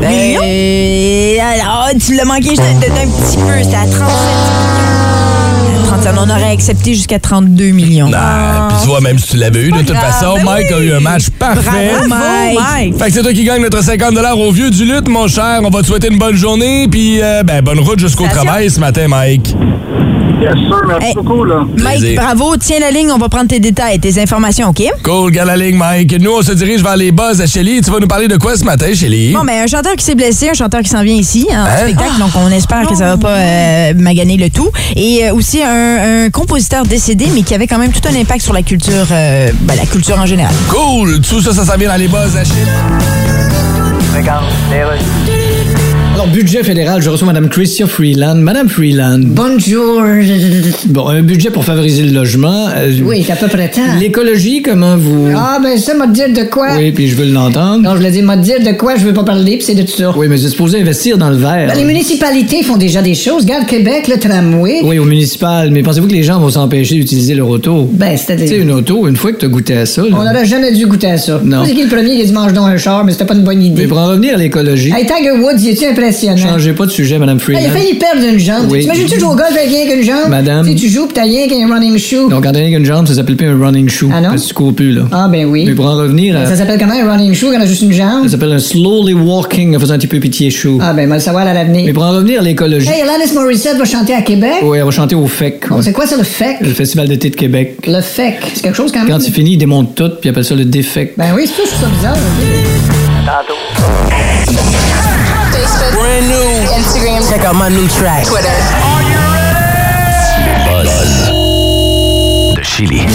Speaker 2: Millions?
Speaker 3: Euh, alors, tu l'as manqué, je te le donne un petit peu. C'était à 37 millions. À 37, on aurait accepté jusqu'à 32 millions.
Speaker 1: Ah, Puis tu vois, même si tu l'avais eu, de toute
Speaker 2: grave,
Speaker 1: façon,
Speaker 2: ben
Speaker 1: Mike a eu un match parfait.
Speaker 3: Bravo, Mike.
Speaker 2: Mike.
Speaker 1: Fait que c'est toi qui gagne notre 50 au vieux du lutte, mon cher. On va te souhaiter une bonne journée, puis euh, ben, bonne route jusqu'au travail ce matin, Mike.
Speaker 6: Yes, sir, merci
Speaker 3: Hey.
Speaker 6: beaucoup, là.
Speaker 3: Mike,
Speaker 1: Plaisir.
Speaker 3: bravo. Tiens la ligne, on va prendre tes détails, tes informations, OK?
Speaker 1: Cool, gars la ligne, Mike. Nous, on se dirige vers les buzz à Shelly. Tu vas nous parler de quoi ce matin, Shelly?
Speaker 3: Bon, ben, un chanteur qui s'est blessé, un chanteur qui s'en vient ici en
Speaker 1: Hein?
Speaker 3: spectacle, donc on espère que ça va pas euh, maganer le tout. Et euh, aussi un, un compositeur décédé, mais qui avait quand même tout un impact sur la culture, euh, ben, la culture en général.
Speaker 1: Cool! Tout ça, ça s'en vient dans les buzz à Shelly.
Speaker 7: Alors, budget fédéral, je reçois Madame Christia Freeland. Madame Freeland.
Speaker 8: Bonjour.
Speaker 7: Bon, un budget pour favoriser le logement. euh,
Speaker 8: Oui, c'est à peu près temps.
Speaker 7: L'écologie, comment vous.
Speaker 8: Ah, ben ça m'a dire de quoi?
Speaker 7: Oui, puis je veux l'entendre.
Speaker 8: Non, je voulais dire, m'a dire de quoi, je veux pas parler, puis c'est de tout ça.
Speaker 7: Oui, mais c'est supposé investir dans le vert.
Speaker 8: Ben, les municipalités font déjà des choses. Garde Québec, le tramway.
Speaker 7: Oui, au municipal, mais pensez-vous que les gens vont s'empêcher d'utiliser leur auto?
Speaker 8: Ben,
Speaker 7: tu sais,
Speaker 8: c'est-à-dire.
Speaker 7: une auto, une fois que t'as goûté à ça, là.
Speaker 8: On n'aurait jamais dû goûter à ça.
Speaker 7: Non.
Speaker 8: C'est qui le premier qui a dit mange donc un char, mais c'était pas une bonne
Speaker 7: Mais
Speaker 8: idée.
Speaker 7: pour en revenir à l'écologie,
Speaker 8: Hey, Tiger Woods, il est impressionnant?
Speaker 7: changez pas de sujet, Madame
Speaker 8: Hey, il a
Speaker 7: Freeland.
Speaker 8: failli perdre une jambe.
Speaker 7: Oui.
Speaker 8: T'imagines-tu jouer au golf avec rien qu'une jambe?
Speaker 7: Madame.
Speaker 8: Tu sais, tu joues pis t'as [laughs] rien qu'un running shoe.
Speaker 7: Donc, en donné qu'une jambe, ça s'appelle plus un running shoe.
Speaker 8: Ah non?
Speaker 7: Parce que tu cours plus, là.
Speaker 8: Ah, ben oui.
Speaker 7: Mais pour en revenir à.
Speaker 8: Ça s'appelle comment un running shoe quand on a juste une jambe?
Speaker 7: Ça s'appelle un slowly walking en faisant un petit peu pitié shoe.
Speaker 8: Ah, ben, on va le savoir à
Speaker 7: Mais
Speaker 8: l'avenir.
Speaker 7: pour en revenir à l'écologie.
Speaker 8: Hey, Alanis Morissette va chanter à Québec?
Speaker 7: Oui, on va chanter au FEC.
Speaker 8: Bon, c'est quoi ça, le FEC?
Speaker 7: Le Festival d'été de Québec.
Speaker 8: Le FEC, c'est quelque chose quand même?
Speaker 7: Quand c'est fini, ils démontent tout, puis ils appellent ça le E défect.
Speaker 8: Ben oui, c'est tout, je trouve ça bizarre.
Speaker 4: De Chili.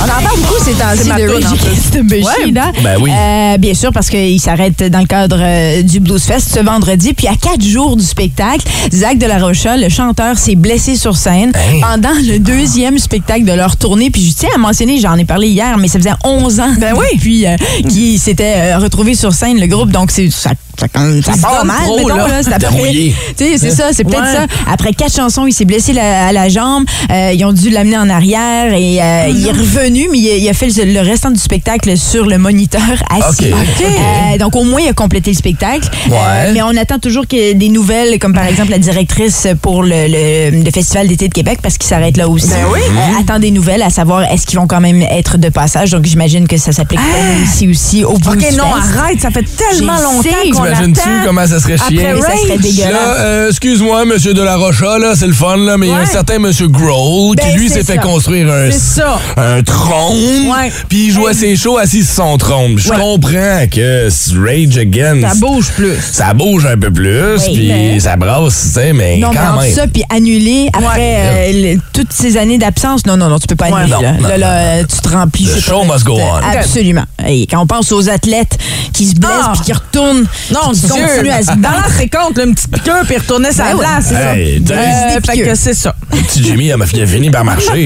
Speaker 3: On en parle beaucoup ces temps-ci
Speaker 2: C'est ma
Speaker 3: de
Speaker 2: toune, en
Speaker 3: Rage
Speaker 2: plus.
Speaker 3: Against the Machine, hein?
Speaker 1: Ben oui.
Speaker 3: Euh, bien sûr, parce qu'il s'arrête dans le cadre euh, du Blues Fest ce vendredi. Puis à quatre jours du spectacle, Zach de la Rocha, le chanteur, s'est blessé sur scène
Speaker 1: Hein?
Speaker 3: pendant le deuxième spectacle de leur tournée. Puis je tiens à mentionner, j'en ai parlé hier, mais ça faisait 11 ans ben oui. depuis euh, qu'ils s'étaient euh, retrouvés sur scène, le groupe. Donc c'est ça, ça, quand même- ça
Speaker 2: Ils se
Speaker 3: part
Speaker 2: donnent
Speaker 3: mal,
Speaker 2: trop,
Speaker 3: Ah, mettons,
Speaker 2: là.
Speaker 3: là, c'est à peu près-
Speaker 1: Drouillé.
Speaker 3: [laughs] tu sais, c'est ça, c'est peut-être
Speaker 2: Ouais.
Speaker 3: ça. Après quatre chansons, il s'est blessé la- à la jambe. Euh, ils ont dû l'amener en arrière et euh,
Speaker 2: Oh
Speaker 3: il est revenu, mais il a, il a fait le, le restant du spectacle sur le moniteur [laughs] assis.
Speaker 1: Ok.
Speaker 2: Ok.
Speaker 3: Euh, donc au moins, il a complété le spectacle. Euh,
Speaker 1: Ouais.
Speaker 3: mais on attend toujours que des nouvelles, comme par exemple la directrice pour le, le- le Festival d'été de Québec, parce qu'il s'arrête là aussi. Euh, attend des nouvelles à savoir est-ce qu'ils vont quand même être de Ah! passage. Donc j'imagine que ça s'applique pas ici aussi au bout
Speaker 2: OK, non, arrête, ça fait tellement longtemps qu'on
Speaker 1: T'imagines-tu
Speaker 2: Jonathan,
Speaker 1: comment ça serait
Speaker 2: après
Speaker 1: chiant?
Speaker 2: Rage,
Speaker 3: Ça serait dégueulasse.
Speaker 1: Là, euh, excuse-moi, monsieur de la Rocha, là, c'est le fun, là, mais il y a un
Speaker 2: Ouais.
Speaker 1: certain monsieur Grohl qui,
Speaker 2: Ben,
Speaker 1: lui,
Speaker 2: c'est
Speaker 1: s'est fait
Speaker 2: ça.
Speaker 1: construire un,
Speaker 2: C'est ça.
Speaker 1: un trône,
Speaker 2: Ouais.
Speaker 1: puis il jouait ses shows assis sur son trône. Je
Speaker 2: Ouais.
Speaker 1: comprends que Rage Against,
Speaker 2: Ça bouge plus.
Speaker 1: ça bouge un peu plus,
Speaker 3: Oui,
Speaker 1: puis
Speaker 3: mais-
Speaker 1: ça brasse, tu sais, mais
Speaker 3: Non, mais
Speaker 1: quand
Speaker 3: entre
Speaker 1: même.
Speaker 3: ça, puis annuler après euh, le- toutes ces années d'absence, non, non, non, tu peux pas
Speaker 2: Ouais,
Speaker 3: annuler.
Speaker 2: non,
Speaker 3: là.
Speaker 1: non,
Speaker 3: Là, là, euh, tu te remplis.
Speaker 1: The
Speaker 3: c'est
Speaker 1: show
Speaker 3: pas-
Speaker 1: must go on.
Speaker 3: Absolument. Et quand on pense aux athlètes qui se blessent
Speaker 2: Ah!
Speaker 3: puis qui retournent,
Speaker 2: Non,
Speaker 3: qui
Speaker 2: Dieu.
Speaker 3: continuent [laughs] à se
Speaker 2: Dans
Speaker 3: battre.
Speaker 2: l'ancien compte, une petite piqûre, puis il retournait sa
Speaker 3: Ben oui.
Speaker 2: place. c'est ça.
Speaker 1: Hey, t'as-
Speaker 2: Euh,
Speaker 3: Des
Speaker 2: fait
Speaker 3: piqûres.
Speaker 2: que c'est ça.
Speaker 1: Petit Jimmy, elle m'a fi- fini par
Speaker 3: [laughs]
Speaker 1: marcher.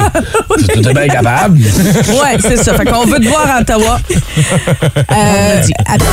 Speaker 1: Tout est bien capable.
Speaker 2: Ouais, c'est ça. Fait qu'on veut te voir
Speaker 8: [laughs]
Speaker 2: à Ottawa.
Speaker 3: Euh, après-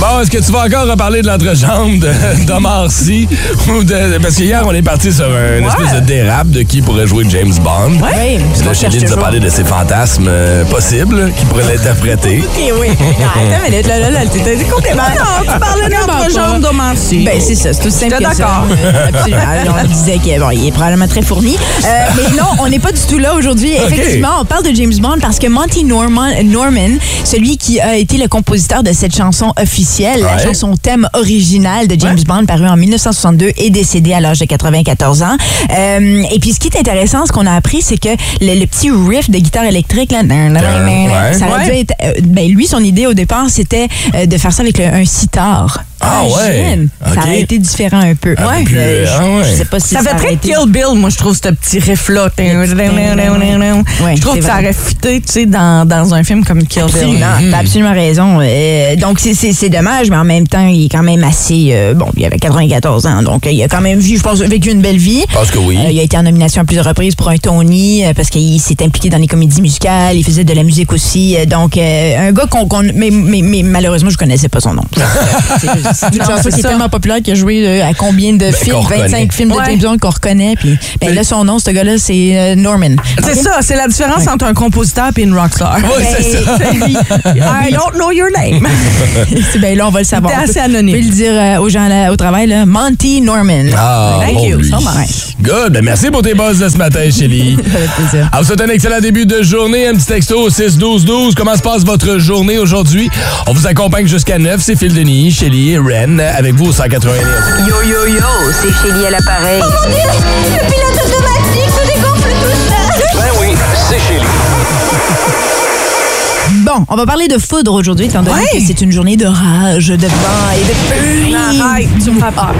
Speaker 1: Bon, est-ce que tu vas encore reparler de l'entrejambe de, de Marcy? Ou de, parce que hier, on est parti sur un une espèce de dérape de qui pourrait jouer James Bond.
Speaker 3: Oui,
Speaker 1: Puis là,
Speaker 3: on cherche
Speaker 1: Chéline nous a
Speaker 3: toujours.
Speaker 1: parlé de ses fantasmes euh, possibles qui pourraient l'interpréter.
Speaker 3: Ok, oui. Non, Attends, mais là, là, là, t'es t'es complètement.
Speaker 2: Non, tu parlais d'entrejambe de Marcy.
Speaker 3: Ben, c'est ça, c'est tout simple
Speaker 2: J'étais
Speaker 3: que ça.
Speaker 2: d'accord.
Speaker 1: [laughs]
Speaker 3: Euh, Absolument. On disait qu'il est probablement très fourni. Euh, mais non, on n'est pas du tout
Speaker 1: [laughs]
Speaker 3: là aujourd'hui. Effectivement, on parle de James Bond parce que Monty Norman, Norman, celui qui a été le compositeur de cette chanson officielle, la
Speaker 1: Ouais.
Speaker 3: chanson thème originale de James Bond, parue en 1962 et décédé à l'âge de 94 ans. Euh, et puis, ce qui est intéressant, ce qu'on a appris, c'est que le, le petit riff de guitare électrique, là,
Speaker 1: ouais.
Speaker 3: ça aurait dû être- euh, ben, lui, son idée au départ, c'était euh, de faire ça avec le- un sitar.
Speaker 1: Ah
Speaker 3: Imagine.
Speaker 1: ouais.
Speaker 3: Ça
Speaker 1: Ok.
Speaker 3: aurait été différent un peu.
Speaker 1: Un peu plus,
Speaker 3: mais je,
Speaker 1: ah ouais.
Speaker 3: je sais pas si
Speaker 2: Ça fait
Speaker 3: aurait
Speaker 2: très
Speaker 3: été-
Speaker 2: Kill Bill, moi, je trouve, ce petit riff-là.
Speaker 3: Ouais,
Speaker 2: je trouve
Speaker 3: c'est
Speaker 2: que ça
Speaker 3: vrai.
Speaker 2: aurait fité, tu sais, dans, dans un film comme Kill Bill.
Speaker 3: Absolument,
Speaker 1: Mhm.
Speaker 3: t'as absolument raison. Euh, donc, c'est- c'est c'est dommage, mais en même temps, il est quand même assez... euh, bon, il avait 94 ans, donc euh, il a quand même vu, je pense, vécu une belle vie.
Speaker 1: Je pense que oui.
Speaker 3: Euh, il a été en nomination à plusieurs reprises pour un Tony euh, parce qu'il s'est impliqué dans les comédies musicales, il faisait de la musique aussi. euh, donc, euh, un gars qu'on. qu'on- mais, mais- mais malheureusement, je connaissais pas
Speaker 1: [laughs]
Speaker 3: son nom. C'est- C'est une
Speaker 2: Non,
Speaker 3: chanson
Speaker 2: c'est
Speaker 3: qui est
Speaker 2: ça.
Speaker 3: tellement populaire qu'il a joué euh, à combien de films
Speaker 1: Ben, qu'on
Speaker 3: 25
Speaker 1: reconnaît.
Speaker 3: films de
Speaker 2: Ouais.
Speaker 3: James Bond qu'on reconnaît. Puis, ben, là, son nom, ce gars-là, c'est euh, Norman.
Speaker 2: C'est ça, c'est la différence entre un compositeur et une rockstar.
Speaker 1: Ouais, c'est ça.
Speaker 3: [laughs]
Speaker 2: [laughs] I don't know your [laughs] name.
Speaker 3: C'est- ben, là, on va le savoir.
Speaker 2: T'es
Speaker 3: On peut-
Speaker 2: assez anonyme.
Speaker 3: On peut le dire euh, aux gens là, au travail, là, Monty Norman.
Speaker 1: Ah,
Speaker 3: Thank
Speaker 1: bon,
Speaker 3: you.
Speaker 1: lui.
Speaker 3: Ça, on m'arrête.
Speaker 1: Good. Ben, merci pour tes buzz de ce matin,
Speaker 2: [laughs]
Speaker 1: Chélie.
Speaker 3: Ça fait plaisir.
Speaker 1: Ah, vous souhaitez un excellent début de journée. Un petit texto au 6-12-12. Comment se passe votre journée aujourd'hui? On vous accompagne jusqu'à 9. C'est Phil Denis, Chélie et Ren avec vous au 180
Speaker 9: Yo yo yo, c'est Chélie à l'appareil.
Speaker 5: Le pilote automatique se dégonfle tout seul.
Speaker 4: Ben oui, c'est Chélie.
Speaker 3: Bon, on va parler de foudre aujourd'hui, étant donné que c'est une journée de rage, de vent et de pluie.
Speaker 2: Arrête, tu me fais
Speaker 3: [laughs]
Speaker 2: peur.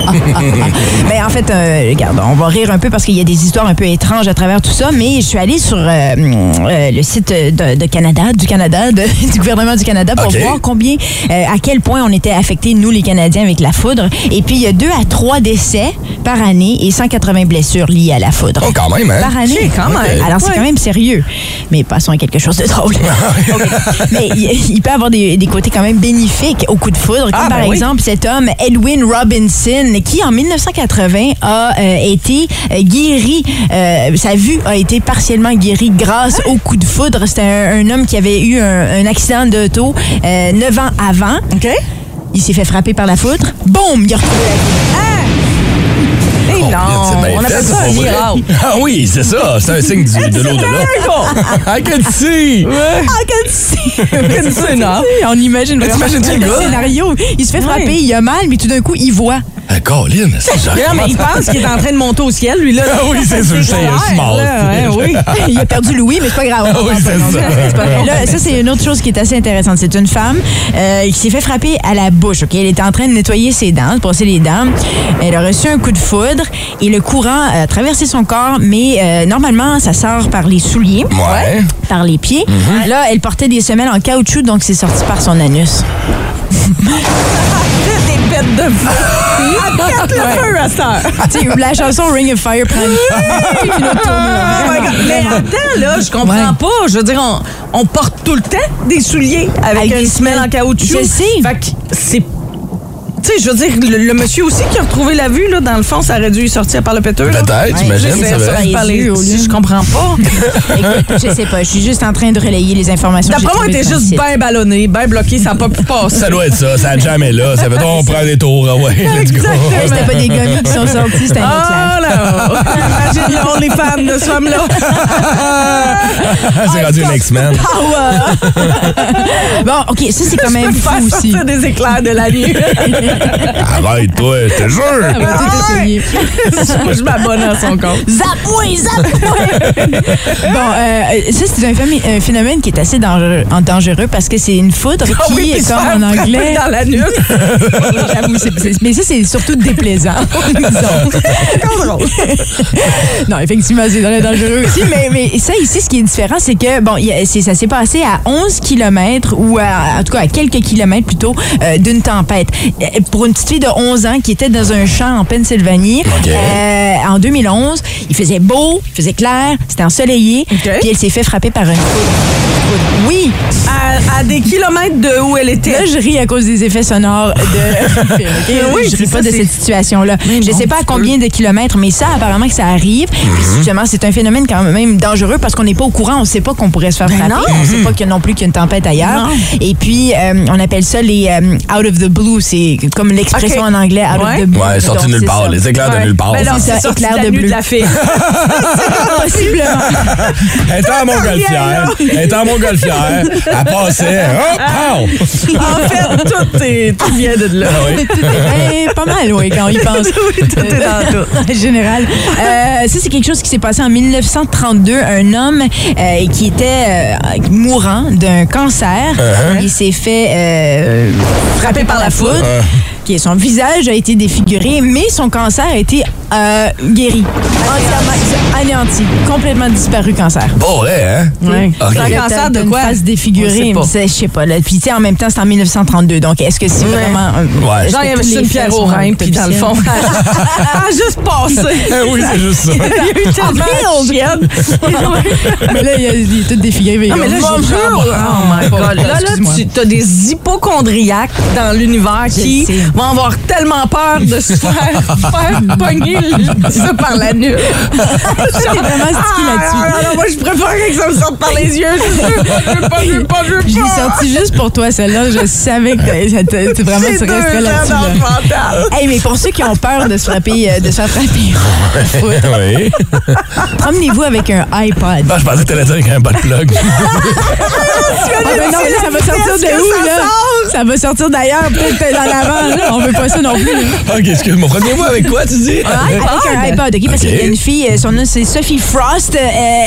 Speaker 3: Mais en fait, euh, regarde, on va rire un peu parce qu'il y a des histoires un peu étranges à travers tout ça, mais je suis allée sur euh, euh, le site de, de Canada, du Canada, de- [laughs] du gouvernement du Canada pour
Speaker 1: OK.
Speaker 3: voir combien, euh, à quel point on était affectés, nous les Canadiens, avec la foudre. Et puis, il y a deux à trois décès par année et 180 blessures liées à la foudre.
Speaker 1: Oh, quand même, hein?
Speaker 3: Par année.
Speaker 2: Ok, quand même.
Speaker 3: Alors, c'est
Speaker 2: Ouais. Ah,
Speaker 3: quand même sérieux. Mais passons à quelque chose de drôle. [laughs] OK. Mais il, il peut avoir des, des côtés quand même bénéfiques au coup de foudre, comme
Speaker 2: Ah, ben
Speaker 3: par
Speaker 2: oui.
Speaker 3: exemple cet homme, Edwin Robinson, qui en 1980 a euh, été euh, guéri. Euh, sa vue a été partiellement guérie grâce
Speaker 2: Ah.
Speaker 3: au coup de foudre. C'était un, un homme qui avait eu un, un accident d'auto euh, 9 ans avant.
Speaker 2: OK?
Speaker 3: Il s'est fait frapper par la foudre. Boum! Il a retrouvé la vie.
Speaker 2: Ah! Eh non,
Speaker 1: Oh, C'est bien
Speaker 2: on
Speaker 1: fait,
Speaker 2: appelle ça un
Speaker 1: pour vrai.
Speaker 2: miracle.
Speaker 1: Ah oui, c'est ça. C'est un signe du- de l'au-delà. [laughs] I can see.
Speaker 3: Ah, que tu sais!
Speaker 2: C'est énorme.
Speaker 3: On imagine
Speaker 1: Mais
Speaker 3: vraiment
Speaker 1: t'imagines-tu le gars?
Speaker 3: scénario. Il se fait frapper,
Speaker 2: Oui.
Speaker 3: il a mal, mais tout d'un coup, il voit.
Speaker 1: Ah, Colin, c'est genre-
Speaker 2: Non, mais il pense qu'il est en train de monter au ciel, lui, là.
Speaker 1: Ah oui, c'est sûr, je sais, je suis mort.
Speaker 2: Là, hein, oui.
Speaker 3: Il a perdu Louis, mais c'est pas grave.
Speaker 1: Ah oui, c'est ça.
Speaker 3: C'est pas grave. Là, ça, c'est une autre chose qui est assez intéressante. C'est une femme euh, qui s'est fait frapper à la bouche. Ok, Elle était en train de nettoyer ses dents, de brosser les dents. Elle a reçu un coup de foudre et le courant a traversé son corps, mais euh, normalement, ça sort par les souliers,
Speaker 1: Ouais.
Speaker 3: par les pieds.
Speaker 2: Mhm.
Speaker 3: Là, elle portait des semelles en caoutchouc, donc c'est sorti par son
Speaker 2: [laughs]
Speaker 3: anus.
Speaker 2: Des bêtes de [laughs] feu. Arrête le feu à cette heure.
Speaker 3: tu sais, la chanson Ring of Fire prend une-
Speaker 2: [laughs]
Speaker 3: une autre tournure.
Speaker 2: Oh my God. Mais attends, là, je comprends
Speaker 3: Ouais.
Speaker 2: pas. Je veux dire, on, on porte tout le temps des souliers avec,
Speaker 3: Avec
Speaker 2: une
Speaker 3: des
Speaker 2: semelle en
Speaker 3: semelles.
Speaker 2: caoutchouc.
Speaker 3: Je sais.
Speaker 2: Fait que c'est tu sais, je veux dire, le, le monsieur aussi qui a retrouvé la vue, là, dans le fond, ça aurait dû y sortir par le péteux. là.
Speaker 1: Peut-être, j'imagine,
Speaker 2: C'est
Speaker 1: ça va.
Speaker 2: ça, je parlais-
Speaker 3: Les yeux, au lieu.
Speaker 2: Je comprends
Speaker 3: [laughs]
Speaker 2: pas.
Speaker 3: Écoute, je sais pas. Je suis juste en train de relayer les informations. que j'ai
Speaker 2: D'après moi,
Speaker 3: trouvées
Speaker 2: t'es
Speaker 3: sur le
Speaker 2: juste
Speaker 3: site.
Speaker 2: bien ballonné, bien bloqué, ça n'a
Speaker 3: [laughs]
Speaker 2: pas pu passer.
Speaker 1: Ça doit être ça, ça a jamais là. Ça fait donc on prend des tours, ah
Speaker 2: [laughs]
Speaker 1: ouais, let's go.
Speaker 2: Exactement.
Speaker 3: Hey, C'était pas des gommes qui sont sortis, c'était un éclair.
Speaker 2: Ah là! Imagine là, on est fan de ce
Speaker 3: [laughs]
Speaker 2: femme-là.
Speaker 1: [laughs] C'est rendu une X-Men.
Speaker 2: Ah,
Speaker 3: [laughs] Bon, OK, ça, c'est quand même
Speaker 2: Faire
Speaker 3: fou aussi.
Speaker 2: sortir des éclairs de la nuit. [laughs]
Speaker 1: Arrête, toi, je te jure.
Speaker 3: On va tout essayer.
Speaker 2: Ah, Je m'abonne à son compte.
Speaker 3: Zap-moi, zap-moi! [laughs] bon, euh, ça, c'est un, phé- un phénomène qui est assez dangereux, en dangereux parce que c'est une foudre
Speaker 2: Ah
Speaker 3: qui
Speaker 2: oui, puis
Speaker 3: est
Speaker 2: se
Speaker 3: comme
Speaker 2: faire
Speaker 3: en anglais.
Speaker 2: frapper dans la nuque.
Speaker 3: J'avoue, c'est- c'est- mais ça, c'est surtout déplaisant, disons. [laughs] non, effectivement, c'est très dangereux aussi. Mais, mais ça, ici, ce qui est différent, c'est que, bon, il y a- c'est- ça s'est passé à 11 km ou à- en tout cas à quelques kilomètres plutôt euh, d'une tempête. Euh, Pour une petite fille de 11 ans qui était dans un champ en Pennsylvanie euh, en 2011, il faisait beau, il faisait clair, c'était ensoleillé, puis elle s'est fait frapper par une foudre. Oui!
Speaker 2: À, à des kilomètres de où elle était.
Speaker 3: Là, je ris à cause des effets sonores
Speaker 2: [laughs]
Speaker 3: de
Speaker 2: Oui,
Speaker 3: oui, je
Speaker 2: c'est
Speaker 3: ris
Speaker 2: ça,
Speaker 3: pas de
Speaker 2: c'est-
Speaker 3: cette situation-là. Je sais pas à combien de kilomètres, mais ça, apparemment que ça arrive. Puis
Speaker 2: Mhm.
Speaker 3: Justement, c'est un phénomène quand même dangereux parce qu'on n'est pas au courant. On sait pas qu'on pourrait se
Speaker 2: Ben
Speaker 3: faire frapper. On sait pas qu'il y a non plus qu'il y a une tempête ailleurs. Et puis, euh, on appelle ça les euh, out of the blue. C'est comme l'expression
Speaker 2: Ok.
Speaker 3: en anglais, out of
Speaker 2: Ouais.
Speaker 3: the blue.
Speaker 1: Ouais, sorti
Speaker 3: Donc,
Speaker 1: nulle
Speaker 3: c'est
Speaker 1: part,
Speaker 3: ça. Ben
Speaker 1: les éclairs de nulle part.
Speaker 2: Mais non,
Speaker 3: C'est
Speaker 2: c'est
Speaker 3: ça,
Speaker 2: sorti
Speaker 3: éclair
Speaker 2: de la
Speaker 3: de
Speaker 2: nuque
Speaker 3: bleu.
Speaker 2: de la fille.
Speaker 3: [laughs] Possiblement.
Speaker 1: Elle était en montgolfière. Elle était en montgolfière. Elle passait. Hop, pow!
Speaker 2: [laughs] En fait, tout, est, tout vient de là.
Speaker 1: Ah oui.
Speaker 3: Tout est- ben, pas mal, oui, quand on y pense.
Speaker 2: [laughs] Oui, tout est dans
Speaker 3: [laughs]
Speaker 2: tout.
Speaker 3: en général. Euh, ça, c'est quelque chose qui s'est passé en 1932. Un homme euh, qui était euh, mourant d'un cancer, il s'est fait euh, frapper par la foudre. Qui- Son visage a été défiguré, mais son cancer a été euh, guéri. Entièrement anéanti. Complètement disparu, cancer.
Speaker 1: Bon, ouais, hein?
Speaker 2: Ouais.
Speaker 1: Ok.
Speaker 2: Un cancer de quoi?
Speaker 3: Se défigurer,
Speaker 2: On
Speaker 3: je
Speaker 2: sait
Speaker 3: sais pas. là. Puis, tu sais, en même temps, c'est en 1932. Donc, est-ce que c'est vraiment.
Speaker 1: Ouais.
Speaker 3: euh, est-ce
Speaker 2: Genre,
Speaker 3: que
Speaker 2: il y
Speaker 3: tous
Speaker 2: avait juste
Speaker 3: les
Speaker 2: une
Speaker 3: faits
Speaker 2: pierre au
Speaker 3: sont
Speaker 2: rein, puis dans le fond,
Speaker 3: autopsiables? [laughs]
Speaker 2: ah, juste passé.
Speaker 1: Eh oui, c'est juste ça.
Speaker 2: Il y a eu tellement de chiennes.
Speaker 3: [laughs] mais là, il y a- il est tout défiguré. mais
Speaker 2: Ah, mais là,
Speaker 3: il y a-
Speaker 2: je jure, là. Oh my God. Là, là,
Speaker 3: Excuse-moi.
Speaker 2: tu as des hypochondriaques dans l'univers qui
Speaker 3: sais.
Speaker 2: vont avoir tellement peur de se faire, [laughs] faire pogner le- ça par
Speaker 3: [laughs]
Speaker 2: la nuque.
Speaker 3: T'es
Speaker 2: [laughs]
Speaker 3: vraiment sticky
Speaker 2: Ah,
Speaker 3: là-dessus.
Speaker 2: non, non, moi, je préfère que ça me sorte par les yeux. Je veux je veux [laughs] pas, je veux pas, je veux
Speaker 3: Je l'ai
Speaker 2: pas.
Speaker 3: sorti juste pour toi, celle-là. Je savais que t'allais- ça te- tu vraiment
Speaker 2: C'est
Speaker 3: tu
Speaker 2: deux
Speaker 3: resterais
Speaker 2: gènes
Speaker 3: là-dessus.
Speaker 2: dans
Speaker 3: là.
Speaker 2: le mental.
Speaker 3: Hey, mais pour ceux qui ont peur de se frapper, euh, de se faire frapper,
Speaker 1: [laughs] Ah Oui.
Speaker 3: promenez-vous avec un iPod.
Speaker 1: Non, je pensais que t'allais dire qu'il y avait un bot plug. [laughs]
Speaker 3: Ah, mais non, mais là, ça va sortir
Speaker 2: vitesse
Speaker 3: de
Speaker 2: que
Speaker 3: où,
Speaker 2: ça
Speaker 3: là? Ça va sortir d'ailleurs, peut-être dans l'avant, là. On veut pas ça non plus. là.
Speaker 1: Ok, excuse-moi. Prenez-vous avec quoi, tu dis?
Speaker 3: Avec un iPod, OK? Parce
Speaker 1: OK.
Speaker 3: qu'il y a une fille, euh, son nom c'est Sophie Frost. euh,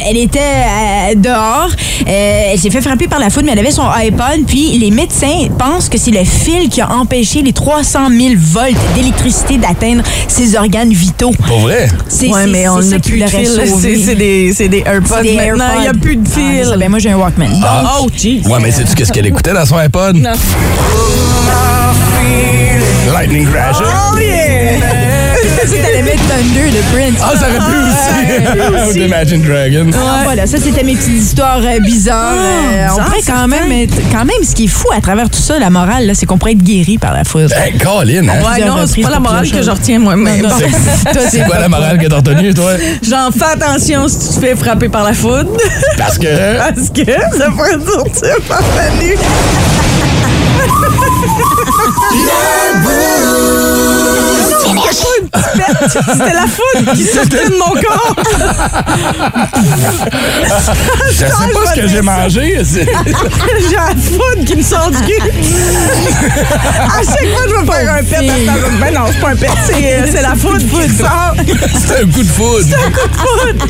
Speaker 3: elle était euh, dehors. euh, elle s'est fait frapper par la foudre, mais elle avait son iPod. Puis les médecins pensent que c'est le fil qui a empêché les 300 000 volts d'électricité d'atteindre ses organes vitaux.
Speaker 1: Pour vrai?
Speaker 3: C'est
Speaker 2: Ouais,
Speaker 3: c'est-
Speaker 2: mais on
Speaker 3: c'est
Speaker 2: n'a
Speaker 3: ça qui
Speaker 2: plus de
Speaker 3: l'aurait
Speaker 2: fil.
Speaker 3: sauvé.
Speaker 2: C'est- C'est des, c'est des AirPods
Speaker 3: C'est des
Speaker 2: maintenant. Il n'y a
Speaker 3: AirPods.
Speaker 2: plus de
Speaker 3: Ah, je
Speaker 2: fil.
Speaker 3: sais, ben moi, j'ai un
Speaker 2: [laughs]
Speaker 3: Walkman.
Speaker 2: oh, jeez.
Speaker 1: Ah. Ouais, mais sais-tu qu'est-ce qu'elle écoutait dans son iPod?
Speaker 2: Non.
Speaker 1: Lightning Crash.
Speaker 2: Oh, yeah!
Speaker 3: Tu sais, t'allais mettre Thunder de Prince.
Speaker 1: Ah,
Speaker 2: [laughs]
Speaker 1: ça aurait pu aussi! [laughs] Imagine Dragon.
Speaker 3: Ah, Voilà, ça c'était mes petites histoires euh, bizarres. Euh, on
Speaker 2: Ah, bizarre,
Speaker 3: pourrait quand même être- quand même ce qui est fou à travers tout ça, la morale, là, c'est qu'on pourrait être guéri par la foudre.
Speaker 1: Hey, Colin, hein?
Speaker 2: Ouais, non, c'est
Speaker 3: reprises
Speaker 2: pas la
Speaker 3: pour
Speaker 2: morale
Speaker 3: plusieurs
Speaker 2: que je
Speaker 3: choses.
Speaker 2: retiens, moi. Mais
Speaker 3: Non,
Speaker 2: bon.
Speaker 3: non, toi,
Speaker 1: C'est quoi la morale que t'as retenue, toi?
Speaker 2: Genre, fais attention si tu te fais frapper par la foudre. [laughs]
Speaker 1: Parce que.
Speaker 2: Parce que ça pourrait te sortir par la nuque. C'était la foudre qui sortait de mon corps.
Speaker 1: Je sais pas ce que j'ai mangé. c'est- [laughs]
Speaker 2: [laughs] J'ai la foudre qui me sort du cul. À chaque fois, je vais faire un pet. attends, je- Ben non, c'est pas un pet, c'est euh, c'est la foudre qui
Speaker 1: [laughs]
Speaker 2: me sort.
Speaker 1: C'est un coup de foudre. C'est un coup de [laughs] foudre.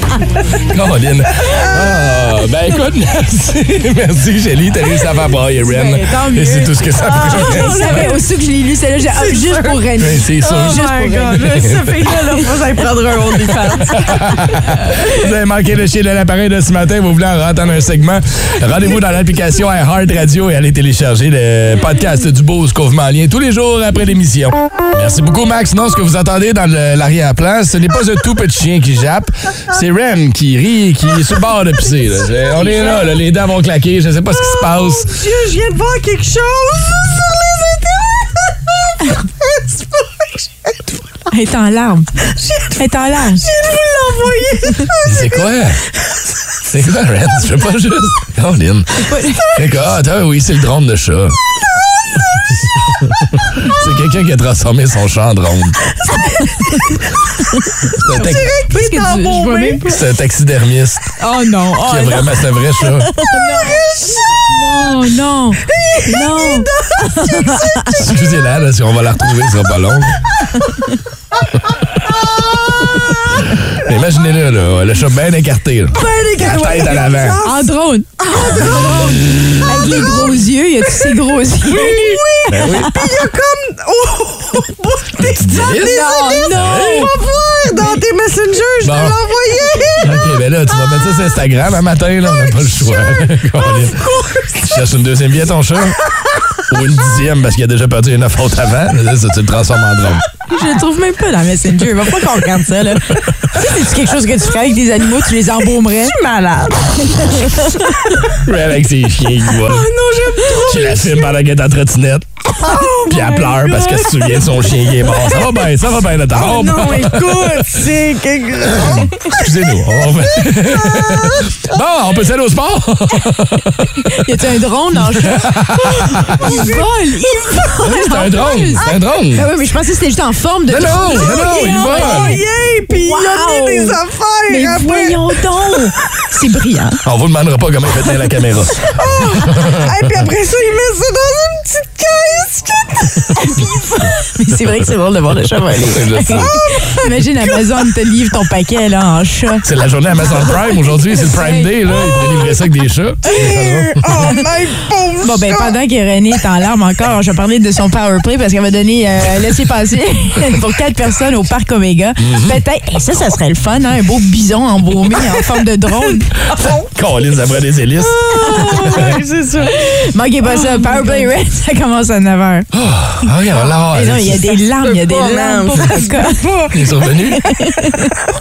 Speaker 1: Colin. Ah, ben écoute, [laughs] merci. Merci, Shelly. T'as réussi à faire brailler Ren.
Speaker 3: Ben, tant mieux.
Speaker 1: Et c'est tout ce que ça
Speaker 3: Je
Speaker 2: Ah,
Speaker 1: prenait.
Speaker 3: le savais aussi que je l'ai lu, celle-là, j'ai ah, juste pour
Speaker 1: Ben,
Speaker 3: René.
Speaker 1: C'est sûr.
Speaker 2: Oh my God, ce fille-là, là, faut que j'aille prendre un
Speaker 1: [laughs]
Speaker 2: OnlyFans.
Speaker 1: Vous avez manqué le chier de l'appareil de ce matin, vous voulez en entendre un segment, rendez-vous dans l'application iHeart Radio et allez télécharger le podcast du Beau Couvement en lien tous les jours après l'émission. Merci beaucoup, Max. Non, ce que vous entendez dans le- l'arrière-plan, ce n'est pas un tout petit chien qui jappe, c'est Ren qui rit, et qui est sur le bord de pisser. là. C'est- On est là, là, les dents vont claquer, je ne sais pas ce
Speaker 2: Oh
Speaker 1: qui se passe.
Speaker 2: Dieu, je viens de voir quelque chose [laughs] sur les internet.
Speaker 3: Elle est en larmes. Elle est en larmes.
Speaker 1: C'est quoi? C'est quoi, Red? Je fais pas juste. Caroline. C'est quoi? Ah, attends, oui, c'est le drone de chat. C'est quelqu'un qui a transformé son chat en drone. C'est un, tax-
Speaker 3: Qu'est-ce que tu je vois même pas.
Speaker 1: c'est un taxidermiste
Speaker 3: Oh non. Oh
Speaker 1: qui a vraiment, c'est un vrai chat.
Speaker 3: non, non. Non.
Speaker 1: Excusez-la, là, si on va la retrouver, ce sera pas long. Mais Imaginez-le, là, le chat bien écarté. Bien écarté! La tête à l'avant.
Speaker 3: En drone. En drone. Avec les gros yeux, il y a tous ces gros yeux.
Speaker 1: Ben oui. Petite délice.
Speaker 3: Non, non.
Speaker 2: dans tes messengers, je
Speaker 1: Bon.
Speaker 2: te l'envoyais.
Speaker 1: OK, ben là, tu vas mettre ça sur Instagram un matin, là, on n'a pas le choix. [laughs] Colin. tu cherches une deuxième vie à ton chat? Ou une dixième parce qu'il a déjà perdu une faute avant? Là, ça, tu le transformes en drone.
Speaker 3: Je le trouve même pas dans Messenger. Va pas qu'on regarde ça, là. Tu sais, c'est-tu quelque chose que tu ferais avec des animaux, tu les Ah embaumerais?
Speaker 2: Je suis malade.
Speaker 1: Ouais, avec ses chiens, il voit.
Speaker 2: Oh non, j'aime trop.
Speaker 1: Tu la filmes pendant qu'elle est en trottinette. Puis
Speaker 3: Oh
Speaker 1: elle pleure parce qu'elle se souvient de son chien qui est mort. Ça va bien, ça va bien, le
Speaker 3: Ah
Speaker 1: temps.
Speaker 3: Oh,
Speaker 2: Non, écoute, c'est quelque chose.
Speaker 1: Excusez-nous. on va- bon, on peut s'aller au sport?
Speaker 3: Y a-tu un drone en chat? Il vole! Il vole!
Speaker 1: C'est un drone, c'est un drone.
Speaker 3: Ah oui, mais je pensais que c'était juste en forme de. Ah,
Speaker 1: Non, non, non, non, il
Speaker 2: Oh
Speaker 1: va.
Speaker 2: yeah, puis il a
Speaker 3: Wow.
Speaker 2: mis des affaires
Speaker 3: Mais
Speaker 2: après.
Speaker 3: voyons donc! C'est brillant.
Speaker 1: On vous demandera pas comment il fait tenir la caméra.
Speaker 2: Et puis après ça, il met ça dans une petite caisse.
Speaker 3: Mais c'est vrai que c'est drôle de voir le chat voler.
Speaker 1: Je sais.
Speaker 3: Imagine
Speaker 2: Oh
Speaker 3: Amazon te livre ton paquet là, en chat.
Speaker 1: C'est la journée Amazon Prime aujourd'hui, c'est le Prime Day, là. Ils pourraient livrer ça avec des chats.
Speaker 2: Oh, my pauvre
Speaker 3: Bon, ben,
Speaker 2: chat.
Speaker 3: pendant que René est en larmes encore, je vais parler de son power play parce qu'elle m'a donné euh, laisser passer [laughs] pour quatre personnes au parc Omega. Peut-être, et ça, ça serait le fun, hein, un beau bison embaumé en forme de
Speaker 2: [laughs]
Speaker 3: drone.
Speaker 1: Colise après des hélices.
Speaker 2: c'est Oh ça.
Speaker 3: Manquez pas ça, power play red, ça commence à 9 h.
Speaker 1: Ah, oui, alors,
Speaker 3: Eh non, il y a des larmes, il y a des
Speaker 2: pas,
Speaker 3: larmes.
Speaker 2: man,
Speaker 3: Pauvre Scott.
Speaker 1: est survenu.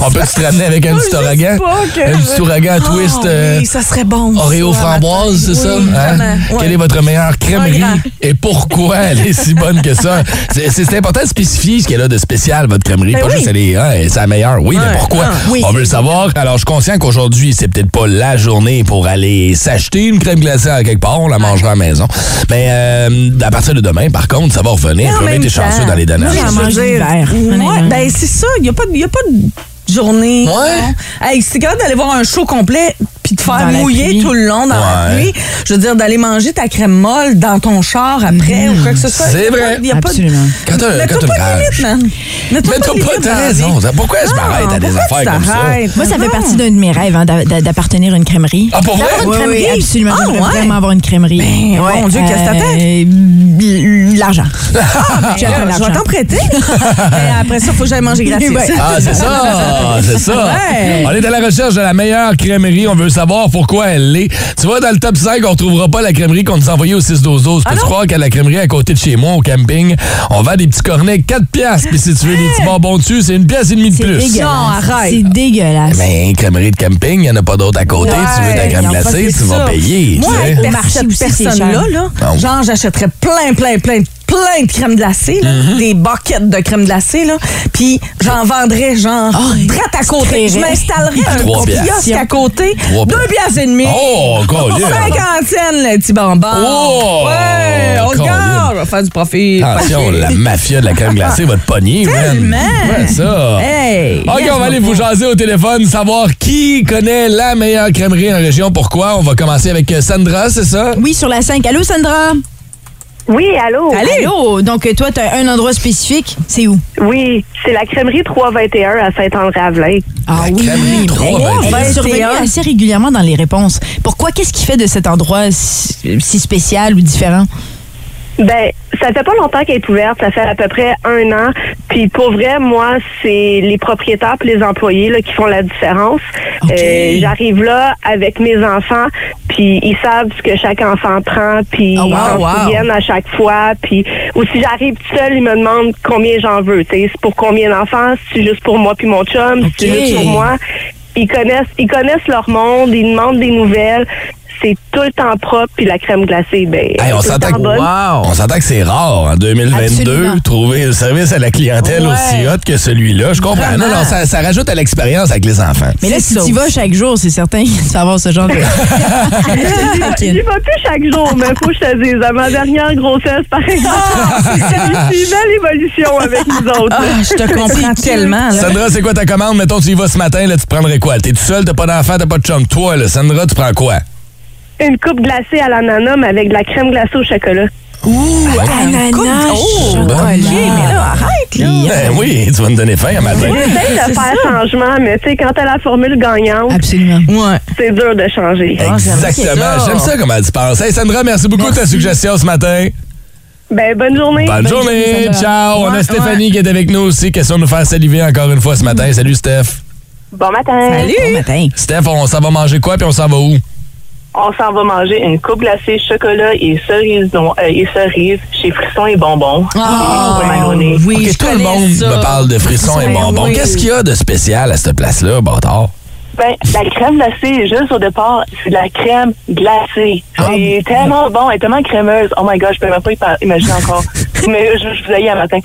Speaker 1: On peut se ramener avec
Speaker 3: Oh,
Speaker 1: un petit ouragan. Un petit ouragan twist euh,
Speaker 2: Oui, ça serait bon.
Speaker 1: Oreo
Speaker 2: ça,
Speaker 1: framboise, c'est
Speaker 2: oui,
Speaker 1: ça? Hein?
Speaker 2: vraiment, ouais.
Speaker 1: Quelle est votre meilleure crèmerie
Speaker 2: grand.
Speaker 1: et pourquoi elle est si bonne que
Speaker 2: [laughs]
Speaker 1: ça? C'est- C'est important de spécifier ce qu'elle a de spécial, votre crèmerie.
Speaker 2: Ben
Speaker 1: pas juste elle est, hein, c'est la meilleure. Oui, mais pourquoi?
Speaker 2: Ah,
Speaker 3: oui.
Speaker 1: On veut le savoir. Alors, je suis conscient qu'aujourd'hui, c'est peut-être pas la journée pour aller s'acheter une crème glacée à quelque part. On la mangera à la maison. Mais euh, à partir de demain, par contre, ça va revenir.
Speaker 2: Mais
Speaker 1: Puis
Speaker 2: en
Speaker 1: On a
Speaker 2: même
Speaker 1: été chanceux
Speaker 2: temps,
Speaker 1: dans les dernières
Speaker 3: moi,
Speaker 1: années.
Speaker 3: j'en mange l'hiver,
Speaker 2: Ouais,
Speaker 3: honnêtement.
Speaker 2: ben c'est ça. Il n'y a, pas de- y a pas de journée.
Speaker 1: Ouais.
Speaker 2: Non. Hey, c'est quand même d'aller voir un show complet puis de faire
Speaker 3: Dans la
Speaker 2: mouiller
Speaker 3: pluie.
Speaker 2: tout le long dans la
Speaker 1: Ouais.
Speaker 2: pluie. Je veux dire, d'aller manger ta crème molle dans ton char après ou quoi que ce soit.
Speaker 1: C'est
Speaker 2: Y a pas-
Speaker 1: vrai.
Speaker 2: y a pas de-
Speaker 3: Absolument.
Speaker 1: Quand t'as-
Speaker 2: Mets-toi
Speaker 1: quand t'as
Speaker 2: pas
Speaker 1: une
Speaker 2: de limite,
Speaker 1: rage.
Speaker 2: man. Mets-toi
Speaker 1: Mais t'as
Speaker 2: de
Speaker 1: pas
Speaker 2: limite dans
Speaker 1: t'as
Speaker 2: la vie.
Speaker 1: raison. Pourquoi je m'arrête à
Speaker 2: Ah,
Speaker 1: des
Speaker 2: pourquoi
Speaker 1: affaires
Speaker 2: tu
Speaker 1: comme ça?
Speaker 3: [laughs]
Speaker 2: t'arrêtes?
Speaker 3: Moi, ça fait
Speaker 2: Non.
Speaker 3: partie d'un de mes rêves, hein, d'a- d'a- d'appartenir à une crèmerie.
Speaker 1: Ah, pour vrai?
Speaker 3: D'avoir une
Speaker 2: Oui,
Speaker 3: crèmerie?
Speaker 2: oui.
Speaker 3: absolument.
Speaker 2: Ah,
Speaker 3: J'aimerais
Speaker 2: ouais.
Speaker 3: vraiment avoir une crèmerie.
Speaker 2: Ben, mon Dieu, qu'est-ce que
Speaker 3: t'attends?
Speaker 1: [laughs]
Speaker 3: L'argent.
Speaker 1: Ah, ben,
Speaker 3: J'attends
Speaker 2: Je
Speaker 3: l'argent.
Speaker 2: vais
Speaker 3: [laughs]
Speaker 2: t'en prêter. Mais après ça, il faut que j'aille manger gratis.
Speaker 3: Ouais.
Speaker 1: Ah, c'est ça! C'est ça!
Speaker 2: Ouais.
Speaker 1: On est à la recherche de la meilleure crèmerie. On veut savoir pourquoi elle l'est. Tu vois, dans le top 5, on retrouvera pas la crèmerie qu'on nous a envoyée au 6 12
Speaker 3: Ah
Speaker 1: 12 Peux-tu croire qu'à la crèmerie à côté de chez moi, au camping, on vend des petits cornets 4 piastres. Puis si tu veux des petits bonbons dessus, c'est une pièce et demie de
Speaker 3: C'est
Speaker 1: plus. Ben.
Speaker 3: dégueulasse.
Speaker 2: arrête.
Speaker 3: C'est dégueulasse.
Speaker 1: Mais une crèmerie de camping, il n'y en a pas d'autre à côté. tu veux de la
Speaker 3: Ouais,
Speaker 1: crème
Speaker 3: y a pas
Speaker 1: glacée,
Speaker 3: que
Speaker 1: tu vas
Speaker 3: ça.
Speaker 1: payer.
Speaker 2: Moi,
Speaker 1: tu sais.
Speaker 2: avec
Speaker 3: Au
Speaker 2: pers-
Speaker 3: marché
Speaker 2: cette
Speaker 3: aussi, c'est
Speaker 2: personne-là,
Speaker 3: cher.
Speaker 2: là,
Speaker 1: Non.
Speaker 2: genre, j'achèterais plein, plein, plein, plein de crème glacée, là,
Speaker 1: Mm-hmm.
Speaker 2: des buckets de crème glacée, là, puis j'en vendrais, genre, drette à côté. Je
Speaker 3: créerais.
Speaker 2: m'installerais un
Speaker 1: Ah Trois
Speaker 2: gros
Speaker 1: piastres.
Speaker 2: kiosque à côté,
Speaker 1: Trois
Speaker 2: deux
Speaker 1: piastres.
Speaker 2: piastres et demi. [laughs]
Speaker 1: Oh, encore là.
Speaker 2: Cinquantaine, le petit bonbon.
Speaker 1: Oh,
Speaker 2: ouais, on
Speaker 1: Colin. Ah.
Speaker 2: regarde, on va faire du profit.
Speaker 1: Attention, la mafia de la crème glacée va te pogner, man.
Speaker 2: Tellement.
Speaker 1: Ouais, ça.
Speaker 3: Eh,
Speaker 2: Hey!
Speaker 1: OK,
Speaker 2: yes,
Speaker 1: on va aller
Speaker 2: mon
Speaker 1: vous jaser au téléphone, savoir qui connaît la meilleure crèmerie en région, pourquoi. On va commencer avec euh, Sandra, c'est ça?
Speaker 3: Oui, sur la 5. Allô, Sandra?
Speaker 10: Oui, allô?
Speaker 3: Allez. Oh, Allô? Donc, toi, tu as un endroit spécifique. C'est où?
Speaker 10: Oui, c'est la crèmerie 321 à Saint-Anne-Ravelin.
Speaker 3: Ah
Speaker 1: La crèmerie
Speaker 3: mais
Speaker 1: trois,
Speaker 3: elle
Speaker 1: ben,
Speaker 3: est
Speaker 2: elle.
Speaker 3: survenue
Speaker 2: 21.
Speaker 3: assez régulièrement dans les réponses. Pourquoi? Qu'est-ce qui fait de cet endroit si si spécial ou différent?
Speaker 10: Ben, ça fait pas longtemps qu'elle est ouverte, ça fait à peu près un an. Puis pour vrai, moi, c'est les propriétaires puis les employés là, qui font la différence.
Speaker 3: Ok.
Speaker 10: Euh, J'arrive là avec mes enfants, puis ils savent ce que chaque enfant prend, puis
Speaker 3: Oh, wow,
Speaker 10: ils s'en
Speaker 3: wow.
Speaker 10: souviennent à chaque fois. Puis ou si j'arrive toute seule, ils me demandent combien j'en veux. tu sais, C'est pour combien d'enfants C'est juste pour moi puis mon chum
Speaker 3: Ok.
Speaker 10: C'est juste pour moi. Ils connaissent, ils connaissent leur monde, ils demandent des nouvelles. c'est tout le temps propre, puis la crème glacée, ben,
Speaker 1: Hey, on
Speaker 10: c'est tout le
Speaker 1: s'entend
Speaker 10: temps
Speaker 1: que,
Speaker 10: bonne.
Speaker 1: on s'entend que c'est rare en 2022
Speaker 10: Absolument.
Speaker 1: trouver un service à la clientèle
Speaker 3: Ouais.
Speaker 1: aussi hot que celui-là. Je comprends.
Speaker 3: Vraiment.
Speaker 1: Non, non, ça, ça rajoute à l'expérience avec les enfants.
Speaker 3: Mais là, si tu vas chaque jour, c'est certain que tu vas avoir ce [laughs] genre de.
Speaker 10: J'y vais plus chaque jour, mais faut que je te dise. À ma dernière grossesse, par
Speaker 8: Ah!
Speaker 10: exemple, [laughs] c'est une belle évolution avec nous
Speaker 7: Ah,
Speaker 10: autres.
Speaker 2: [laughs] comprends tellement.
Speaker 1: Sandra, c'est quoi ta commande? Mettons, tu y vas ce matin, là, tu prendrais quoi? T'es tout seul, t'as pas d'enfant, t'as pas de chum. Toi, là, Sandra, tu prends quoi?
Speaker 10: Une coupe glacée à l'ananas, mais avec de la crème glacée au chocolat.
Speaker 3: Ouh,
Speaker 10: ananas,
Speaker 11: Oh,
Speaker 10: chocolat. mais là, arrête, là.
Speaker 1: Ben oui, tu vas me donner faim un matin.
Speaker 10: J'essaie de faire changement, mais tu sais, quand t'as la formule gagnante, c'est dur de changer.
Speaker 1: Exactement. J'aime ça comment tu penses. Hey, Sandra, merci beaucoup de ta suggestion ce matin.
Speaker 10: Ben, bonne journée.
Speaker 1: Bonne, journée. Ciao. on a Stéphanie qui est avec nous aussi. Question de nous faire saliver encore une fois ce matin. Salut, Steph.
Speaker 11: Bon matin.
Speaker 1: Steph, on s'en va manger quoi puis on s'en va où?
Speaker 11: On s'en va manger une coupe glacée chocolat et cerise, non, euh, et cerise chez Frisson et Bonbons.
Speaker 1: Ah,
Speaker 11: oui,
Speaker 1: Ok, tout le monde me parle de frissons et
Speaker 11: Ben
Speaker 1: bonbons.
Speaker 11: oui.
Speaker 1: Qu'est-ce qu'il y a de spécial à cette place-là, bâtard?
Speaker 11: Ben, la crème glacée, juste au départ, c'est de la crème glacée.
Speaker 7: Ah,
Speaker 11: C'est tellement bon, elle est tellement crémeuse. Oh my god, je peux même pas y par- imaginer
Speaker 7: [laughs]
Speaker 11: encore. Mais je, je vous ai eu un matin.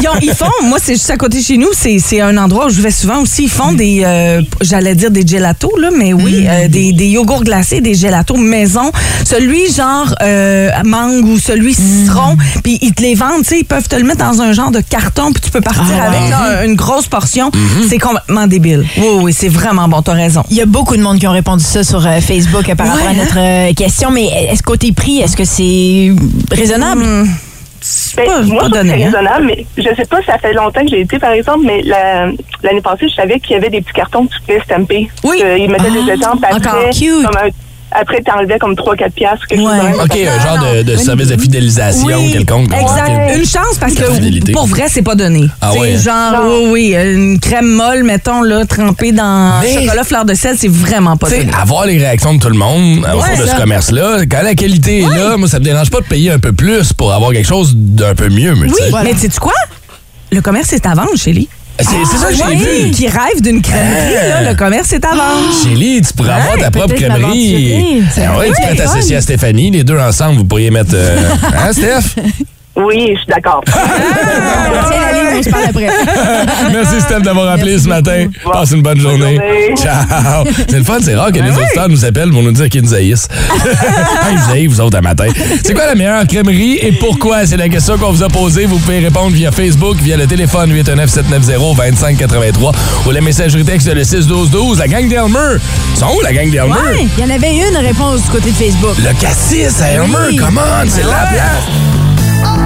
Speaker 2: Ils, ont- ils font, moi, c'est juste à côté de chez nous, c'est c'est un endroit où je vais souvent aussi. Ils font des, euh, j'allais dire des gelatos, là, mais oui, euh, des, des yogourts glacés, des gelatos maison. Celui genre euh, mangue ou celui citron, puis ils te les vendent, tu sais, ils peuvent te le mettre dans un genre de carton, puis tu peux partir
Speaker 3: Ah,
Speaker 2: avec
Speaker 3: ouais.
Speaker 2: là, une grosse portion. C'est complètement débile. Oui, oui, c'est vraiment bon, t'as raison.
Speaker 3: Il y a beaucoup de monde qui ont répondu ça sur euh, Facebook euh, par rapport à notre euh, question, mais est-ce côté prix, est-ce que c'est raisonnable?
Speaker 11: Ben,
Speaker 3: pas-
Speaker 11: moi,
Speaker 3: pas
Speaker 11: je trouve que
Speaker 3: donné,
Speaker 11: c'est
Speaker 3: hein.
Speaker 11: Mm. raisonnable, mais je sais pas si ça fait longtemps que j'ai été, par exemple, mais la- l'année passée, je savais qu'il y avait des petits cartons que tu pouvais stamper. Oui. ils mettaient
Speaker 3: Ah.
Speaker 11: des étampes après. Comme un- après, t'enlevais comme 3-4 piastres. quelque chose
Speaker 3: Ben,
Speaker 11: comme ça.
Speaker 1: OK, un genre de, de service de fidélisation
Speaker 2: Oui,
Speaker 1: quelconque.
Speaker 2: Exact.
Speaker 1: Ok.
Speaker 2: Une chance parce
Speaker 1: La
Speaker 2: que
Speaker 1: fidélité.
Speaker 2: pour vrai, c'est pas donné.
Speaker 1: Ah
Speaker 2: Tu sais,
Speaker 1: ouais, hein?
Speaker 2: Genre, oui, oui, une crème molle, mettons, là, trempée dans
Speaker 1: Mais-
Speaker 2: chocolat fleur de sel, c'est vraiment pas
Speaker 1: Tu sais,
Speaker 2: donné.
Speaker 1: avoir les réactions de tout le monde euh,
Speaker 2: Ouais,
Speaker 1: autour de
Speaker 2: ça.
Speaker 1: ce commerce-là, quand la qualité est là, moi, ça me dérange pas de payer un peu plus pour avoir quelque chose d'un peu mieux. mais
Speaker 2: Oui,
Speaker 1: tu sais.
Speaker 2: mais tu sais quoi? Le commerce est à vendre, Chélie.
Speaker 1: C'est c'est ça que j'ai vu. Euh.
Speaker 2: Qui rêve d'une crèmerie, là, le commerce est à vendre.
Speaker 1: Chélie, tu pourrais avoir ta propre
Speaker 2: peut-être m'aventurer.
Speaker 1: crèmerie.
Speaker 2: C'est
Speaker 1: Ah ouais,
Speaker 2: vrai,
Speaker 1: tu pourrais
Speaker 2: c'est
Speaker 1: t'associer
Speaker 2: fun.
Speaker 1: à Stéphanie. Les deux ensemble, vous pourriez mettre. [laughs] euh, hein, Steph?
Speaker 11: Oui, je suis d'accord.
Speaker 1: Ah!
Speaker 3: Tiens la ligne, on se parle après.
Speaker 1: Merci, Steph, d'avoir appelé ce matin. Passe une bonne journée. Ah Ciao. C'est le fun, c'est rare que les auditeurs nous appellent pour nous dire qu'ils nous [laughs] haïssent. Ah, ils vous haïssent, vous autres, un matin. C'est quoi la meilleure crèmerie et pourquoi? C'est la question qu'on vous a posée. Vous pouvez répondre via Facebook, via le téléphone 819-790-2583 ou la messagerie texte le 612-12. La gang d'Elmer. Ils sont où, la gang d'Elmer?
Speaker 3: Ouais, il y en avait une réponse du côté de Facebook.
Speaker 1: Le cassis à Elmer,
Speaker 3: Oui.
Speaker 1: come on, c'est la
Speaker 3: Ouais.
Speaker 1: place.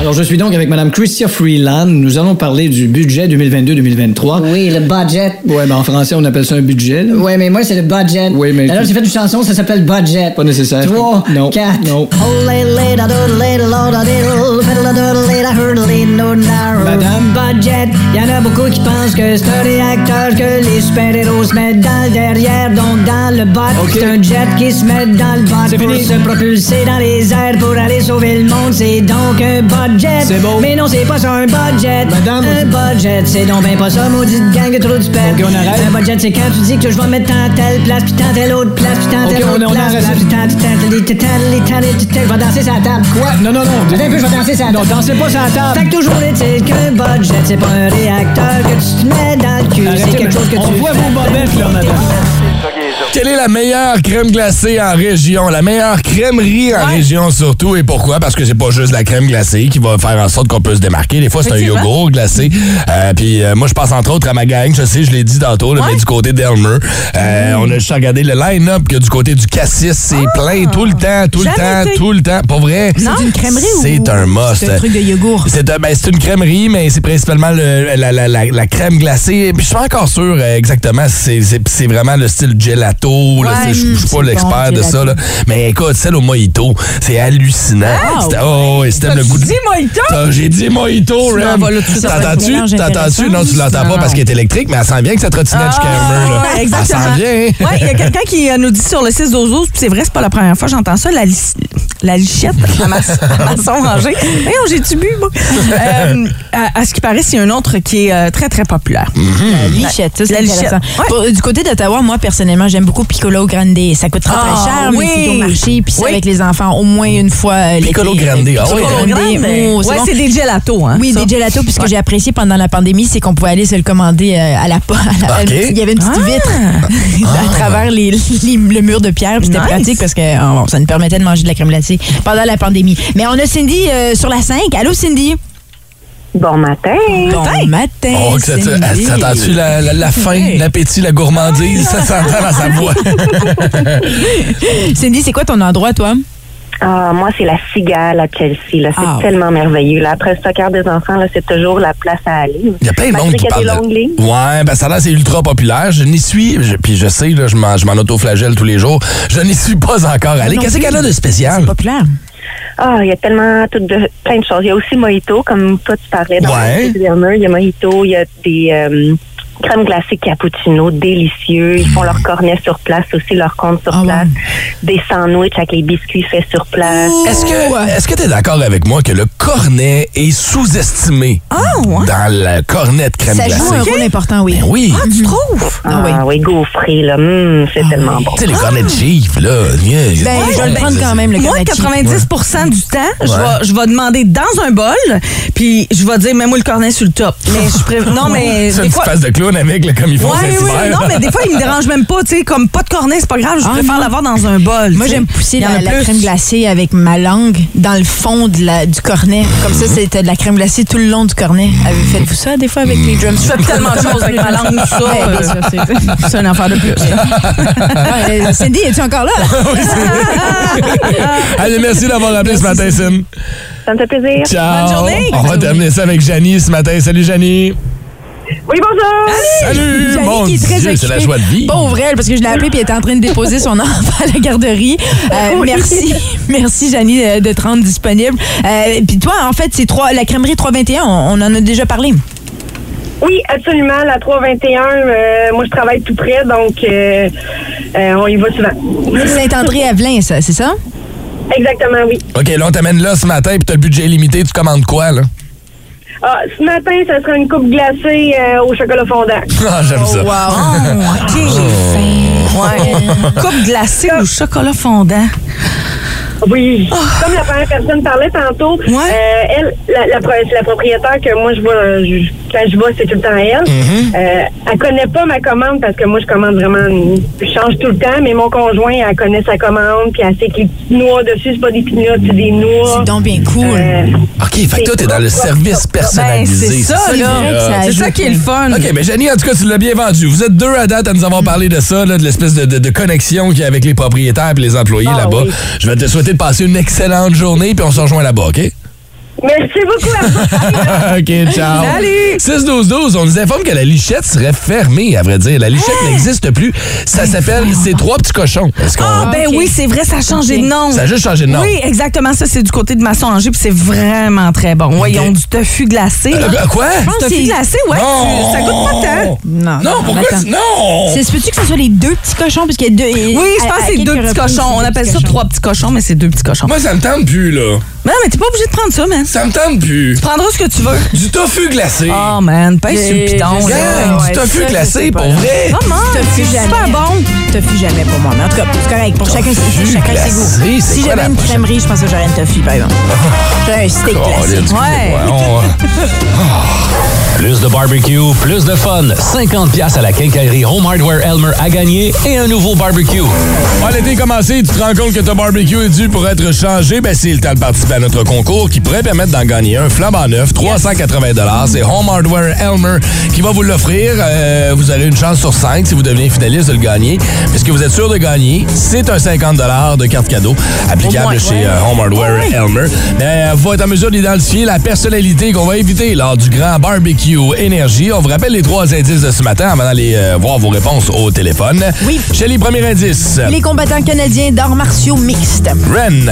Speaker 7: Alors, je suis donc avec Madame Christia Freeland. Nous allons parler du budget 2022-2023.
Speaker 8: Oui, le budget.
Speaker 7: Ouais, ben en français, on appelle ça un budget. là.
Speaker 8: Ouais, mais moi, c'est le budget.
Speaker 7: Oui, mais-
Speaker 8: Alors, j'ai fait une chanson, ça s'appelle Budget.
Speaker 7: Pas nécessaire.
Speaker 8: Trois,
Speaker 7: non.
Speaker 8: quatre.
Speaker 7: Non.
Speaker 8: Oh, lay, lay, da, doodle, lay, da, lo, da, diddle, fiddle, da, doodle, lay, da, hurdle, lay, no, narrow.
Speaker 7: Madame.
Speaker 8: Budget. Y en a beaucoup qui pensent que c'est un réacteur que les super-héros se mettent dans le derrière, donc dans le bot.
Speaker 7: Ok.
Speaker 8: C'est un jet qui se met dans le bot
Speaker 7: C'est
Speaker 8: pour
Speaker 7: fini.
Speaker 8: se propulser dans les airs pour aller sauver le monde. C'est donc un budget.
Speaker 7: C'est bon.
Speaker 8: Mais non, c'est pas ça un budget.
Speaker 7: Madame.
Speaker 8: Un budget, c'est donc ben pas ça, maudite gang de trop de pète.
Speaker 7: Ok, on arrête.
Speaker 8: Un budget, c'est quand tu dis que je vais mettre tant telle place, puis tant telle autre place, puis tant
Speaker 7: Ok,
Speaker 8: telle
Speaker 7: on-
Speaker 8: autre
Speaker 7: on
Speaker 8: place.
Speaker 7: arrête ça.
Speaker 8: puis tant- tant- tant- tant- tant- tant- tant- tant- Je vais danser sur la table. Quoi?
Speaker 7: Non, non, non.
Speaker 8: Attends un peu, je vais danser sur la
Speaker 7: Non,
Speaker 8: table.
Speaker 7: dansez pas sur la table.
Speaker 8: Fait que toujours est-il qu'un budget, c'est pas un réacteur que tu te mets dans le cul. C'est
Speaker 7: Arrêtez,
Speaker 8: quelque chose que
Speaker 7: mais on
Speaker 8: tu
Speaker 7: voit vos bobettes, là, madame.
Speaker 1: Quelle est la meilleure crème glacée en région? La meilleure crèmerie en région surtout. Et pourquoi? Parce que c'est pas juste la crème glacée qui va faire en sorte qu'on peut se démarquer. Des fois, c'est un
Speaker 2: Effectivement.
Speaker 1: yogourt glacé. Euh, Puis euh, moi, je pense entre autres à ma gang. Je sais, je l'ai dit tantôt, là, mais du côté d'Elmer. Euh,
Speaker 3: Mm.
Speaker 1: On a juste regardé le line-up que du côté du cassis. C'est plein tout le temps, tout le
Speaker 2: Jamais
Speaker 1: temps,
Speaker 2: été.
Speaker 1: tout le temps. Pas vrai?
Speaker 3: Ah. C'est une crèmerie ou
Speaker 1: C'est un must.
Speaker 3: C'est un truc de yogourt.
Speaker 1: C'est un- ben, c'est une crèmerie, mais c'est principalement le- la, la- la- la crème glacée. Puis je suis pas encore sûr euh, exactement si c'est- c'est c'est vraiment le style gelato. là.
Speaker 3: Ouais,
Speaker 1: C'est- je je suis
Speaker 3: c'est
Speaker 1: pas
Speaker 3: bon,
Speaker 1: l'expert de
Speaker 3: gelato.
Speaker 1: ça. là. Mais écoute, celle au mojito, c'est hallucinant.
Speaker 2: Ah,
Speaker 1: C'était- oh, ouais, c'était le goût de... Ah, J'ai dit mojito,
Speaker 2: Tu
Speaker 1: Ren.
Speaker 2: m'en vas là tout de suite.
Speaker 3: Ça va être
Speaker 1: T'entends-tu?
Speaker 3: un
Speaker 1: T'entends-tu? Non, tu l'entends pas
Speaker 3: Non.
Speaker 1: parce qu'elle est électrique, mais elle sent bien que ça trottinette jusqu'à un mur. là.
Speaker 2: Ouais,
Speaker 1: Elle
Speaker 2: Ah, exactement. Eh,
Speaker 1: sent bien. hein?
Speaker 2: Ouais, il y a quelqu'un qui euh, nous dit sur le 6 12 puis c'est vrai, c'est pas la première fois que j'entends ça, la, li- la lichette à ma, à ma orangée. Voyons, j'ai-tu bu, moi? Euh, à, à ce qui paraît, c'est un autre qui est euh, très, très populaire.
Speaker 7: Hmm.
Speaker 3: La lichette, ça, c'est
Speaker 2: La lichette.
Speaker 3: intéressant. Pour- euh, du côté d'Ottawa, moi, personnellement, j'aime beaucoup Piccolo Grande. Ça coûte très, très
Speaker 2: Ah,
Speaker 3: cher, mais
Speaker 2: oui.
Speaker 3: c'est au marché, puis c'est
Speaker 2: Oui.
Speaker 3: avec les enfants au moins une fois euh, l'été.
Speaker 1: Piccolo Grande, ah oui.
Speaker 3: Piccolo
Speaker 1: Piccolo
Speaker 3: Grande,
Speaker 2: Grande,
Speaker 3: oh,
Speaker 2: ouais,
Speaker 3: bon.
Speaker 2: c'est des gelatos, hein,
Speaker 3: Oui,
Speaker 2: ça.
Speaker 3: des gelatos, puis ce que j'ai apprécié pendant la pandémie, c'est qu'on pouvait aller se le commander euh, à la... [laughs] à la-
Speaker 2: Ok.
Speaker 3: Il y avait une petite vitre [laughs] à travers les- les- le mur de pierre, puis c'était
Speaker 2: Nice.
Speaker 3: pratique parce que oh, bon, ça nous permettait de manger de la crème glacée pendant la pandémie. Mais on a Cindy euh, sur la 5. Allô, Cindy?
Speaker 12: Bon matin.
Speaker 3: Bon matin.
Speaker 1: Oh, que ça te- ah,
Speaker 3: Cindy.
Speaker 1: ça t'entends-tu la, la, la faim, l'appétit, la gourmandise? Ça s'entend dans sa voix.
Speaker 3: Cindy, c'est quoi ton endroit, toi?
Speaker 12: Ah, moi, c'est la cigale à Chelsea. là. C'est
Speaker 1: Ah,
Speaker 12: tellement merveilleux. là. Après le soccer des enfants, là, c'est toujours la place à aller.
Speaker 1: Il y a plein de monde qui parle. de- Ouais, ben ça a l'air, c'est ultra populaire. Je n'y suis, je- puis je sais, là, je m'en je m'en autoflagelle tous les jours. Je n'y suis pas encore allé.
Speaker 12: non
Speaker 1: Qu'est-ce
Speaker 12: plus.
Speaker 1: qu'elle a de spécial?
Speaker 3: populaire.
Speaker 12: Ah, il y a tellement toutes de, plein de choses. Il y a aussi Mojito, comme toi, tu parlais dans
Speaker 1: Ouais.
Speaker 12: le dernier. Il y a Mojito, il y a des euh, crèmes glacées cappuccino délicieux. Ils font
Speaker 1: Mm.
Speaker 12: leurs cornets sur place aussi, leurs comptes
Speaker 1: Ah,
Speaker 12: sur place. Des sandwichs avec les biscuits faits sur place.
Speaker 1: Est-ce que est-ce que t'es d'accord avec moi que le cornet est sous-estimé dans la cornet de crème
Speaker 3: ça
Speaker 1: glacée?
Speaker 3: joue un rôle important, oui.
Speaker 1: oui. Ah,
Speaker 3: tu trouves?
Speaker 12: Ah oui, gaufré, là. Hum, c'est tellement bon.
Speaker 1: Tu sais, les cornets de chiffres, là. yeah,
Speaker 3: Ben,
Speaker 1: yeah.
Speaker 3: je vais le prendre quand même, le
Speaker 2: Moi,
Speaker 3: Karachi.
Speaker 2: 90 du temps, je
Speaker 1: Ouais.
Speaker 2: vais je vais demander dans un bol, puis je vais dire, mets-moi le cornet sur le top. Mais je pré- Non, mais.
Speaker 1: C'est
Speaker 2: des
Speaker 1: une
Speaker 2: fois-
Speaker 1: petite face de clown avec, là, comme ils font
Speaker 2: Ouais,
Speaker 1: cet
Speaker 2: oui,
Speaker 1: hiver.
Speaker 2: non, mais des fois, il me dérange même pas, tu sais, comme pas de cornet, c'est pas grave, je
Speaker 3: Ah,
Speaker 2: préfère
Speaker 3: non.
Speaker 2: l'avoir dans un bol.
Speaker 3: Moi,
Speaker 2: tu sais.
Speaker 3: j'aime pousser
Speaker 2: Il y en
Speaker 3: la,
Speaker 2: a
Speaker 3: la
Speaker 2: plus.
Speaker 3: crème glacée avec ma langue dans le fond de la- du cornet. Comme ça, c'était de la crème glacée tout le long du cornet. Avez- Faites-vous ça des fois avec les drums?
Speaker 2: Je fais tellement de choses
Speaker 3: [laughs]
Speaker 2: avec ma langue, tout ça.
Speaker 3: Ouais, bien sûr,
Speaker 2: c'est- c'est une affaire de plus.
Speaker 1: [laughs]
Speaker 3: Ouais, euh, Cindy, es-tu encore là?
Speaker 1: [laughs] Allez, merci d'avoir appelé ce matin, Sim.
Speaker 12: Ça me fait plaisir.
Speaker 1: Ciao. On va terminer ça avec Janie ce matin. Salut, Janie.
Speaker 12: Oui, bonjour!
Speaker 1: Salut,
Speaker 3: Janie
Speaker 1: mon
Speaker 3: qui est très
Speaker 1: Dieu, c'est la
Speaker 3: occupée.
Speaker 1: joie de vivre.
Speaker 3: Pauvre elle, parce que je l'ai appelée puis elle était en train de déposer son [laughs] enfant à la garderie.
Speaker 1: Ah
Speaker 3: Euh,
Speaker 12: Oui.
Speaker 3: Merci, merci Janie euh, de te rendre disponible. Euh, puis toi, en fait, c'est trois, la crèmerie 321, on, on en a déjà parlé.
Speaker 12: Oui, absolument. La 321, euh, moi, je travaille tout près, donc euh, euh, on y va souvent.
Speaker 3: Saint-André-Avelin, ça, c'est ça?
Speaker 12: Exactement, oui.
Speaker 1: OK, là, on t'amène là ce matin, puis t'as le budget limité. Tu commandes quoi, là? [laughs]
Speaker 12: Ah, ce matin, ça sera une coupe glacée euh, au chocolat fondant.
Speaker 1: Ah, j'aime
Speaker 2: Oh,
Speaker 1: ça.
Speaker 3: Ah,
Speaker 2: Ouais. Oh, Coupe glacée ou chocolat fondant?
Speaker 12: Oui. Comme la première personne parlait tantôt, euh, elle, la, la pro- c'est la propriétaire que moi je vois, euh, je- quand je vois, c'est tout le temps elle.
Speaker 7: Mm-hmm.
Speaker 12: Euh, elle connaît pas ma commande parce que moi je commande vraiment, une- je change tout le temps, mais mon conjoint, elle connaît sa commande, puis elle sait que les petites noix dessus, c'est pas des petites noix, c'est des noix. Euh, C'est
Speaker 3: donc bien cool.
Speaker 1: OK, fait que toi, t'es dans le service personnalisé.
Speaker 2: Ben, c'est Euh, ça,
Speaker 1: qui
Speaker 2: là.
Speaker 1: est hot.
Speaker 2: C'est ça qui est le fun.
Speaker 1: OK, mais Jenny, en tout cas, tu l'as bien vendu. Vous êtes deux à date à nous avoir parlé de ça, là, de l'espèce de, de- de connexion qu'il y a avec les propriétaires et les employés
Speaker 2: Ah,
Speaker 1: là-bas. Je vais te souhaiter de passer une excellente journée, puis on se rejoint là-bas,
Speaker 2: [laughs]
Speaker 1: OK?
Speaker 12: Merci beaucoup. à vous.
Speaker 1: OK, ciao.
Speaker 12: Salut.
Speaker 1: 6-12-12, on nous informe que la lichette serait fermée, à vrai dire. La lichette
Speaker 2: Hein?
Speaker 1: n'existe plus. Ça s'appelle Ces trois petits cochons. Est-ce qu'on-
Speaker 2: Ah, ben oui, c'est vrai, ça a changé de nom.
Speaker 1: Ça a juste changé de nom.
Speaker 2: Oui, exactement. Ça, c'est du côté de Masson Angers, puis c'est vraiment très bon. Ouais, ils ont du tofu glacé.
Speaker 1: Euh,
Speaker 2: là.
Speaker 1: quoi?
Speaker 2: Du tofu glacé, ouais.
Speaker 1: Non.
Speaker 2: tu- Ça goûte pas tant.
Speaker 3: Non,
Speaker 1: Non, pourquoi
Speaker 3: attends.
Speaker 1: tu- non!
Speaker 3: C'est- Se peut-tu que ce soit les deux petits cochons? Parce qu'il y a deux.
Speaker 2: Oui, je pense que c'est deux petits cochons. On appelle ça trois petits cochons, mais c'est deux petits cochons.
Speaker 1: Moi, ça me tente plus, là.
Speaker 2: Mais non, mais t'es pas obligé de prendre ça, man.
Speaker 1: Ça me tente plus.
Speaker 2: Tu prendras ce que tu veux.
Speaker 1: Du tofu glacé.
Speaker 3: Ah,
Speaker 2: Oh, man, pèse sur le
Speaker 3: J'ai-
Speaker 2: piton.
Speaker 3: j'ai-
Speaker 2: là.
Speaker 1: Gang,
Speaker 2: Ouais,
Speaker 1: du tofu
Speaker 2: ça, je sais
Speaker 1: glacé,
Speaker 2: pas.
Speaker 1: pour vrai.
Speaker 2: Comment?
Speaker 3: Tofu
Speaker 2: C'est
Speaker 3: jamais.
Speaker 2: super bon.
Speaker 3: Tofu jamais pour moi. Mais en tout cas, c'est correct. Pour chacun, ses-
Speaker 1: Tofu
Speaker 3: chacun ses
Speaker 1: glacé,
Speaker 3: goûts.
Speaker 1: c'est
Speaker 3: Si
Speaker 1: quoi
Speaker 3: j'avais
Speaker 1: la
Speaker 3: une
Speaker 1: prochaine-
Speaker 3: crèmerie, je pense que j'aurais une tofu, par
Speaker 2: [laughs]
Speaker 3: exemple. J'aurais un steak glacé.
Speaker 1: Oh, Colin,
Speaker 3: Ouais.
Speaker 1: excusez-moi, on-
Speaker 4: Plus de barbecue, plus de fun. 50 pièces à la quincaillerie Home Hardware Elmer à gagner et un nouveau barbecue.
Speaker 1: Ah, l'été est commencé, tu te rends compte que ton barbecue est dû pour être changé, ben c'est le temps de participer à notre concours qui pourrait permettre d'en gagner un flambant neuf, 380 C'est Home Hardware Elmer qui va vous l'offrir. Euh, vous aurez une chance sur 5 si vous devenez finaliste de le gagner. Mais ce que vous êtes sûr de gagner, c'est un 50 de carte cadeau applicable
Speaker 4: Au moins,
Speaker 1: chez
Speaker 4: ouais.
Speaker 1: euh, Home Hardware Elmer. Mais euh, vous êtes en mesure d'identifier la personnalité qu'on va éviter lors du grand barbecue barbecue énergie. On vous rappelle les trois indices de ce matin avant d'aller euh, voir vos réponses au téléphone.
Speaker 3: Oui.
Speaker 1: Chez premier indice.
Speaker 3: Les combattants canadiens d'arts martiaux mixtes.
Speaker 1: Ren.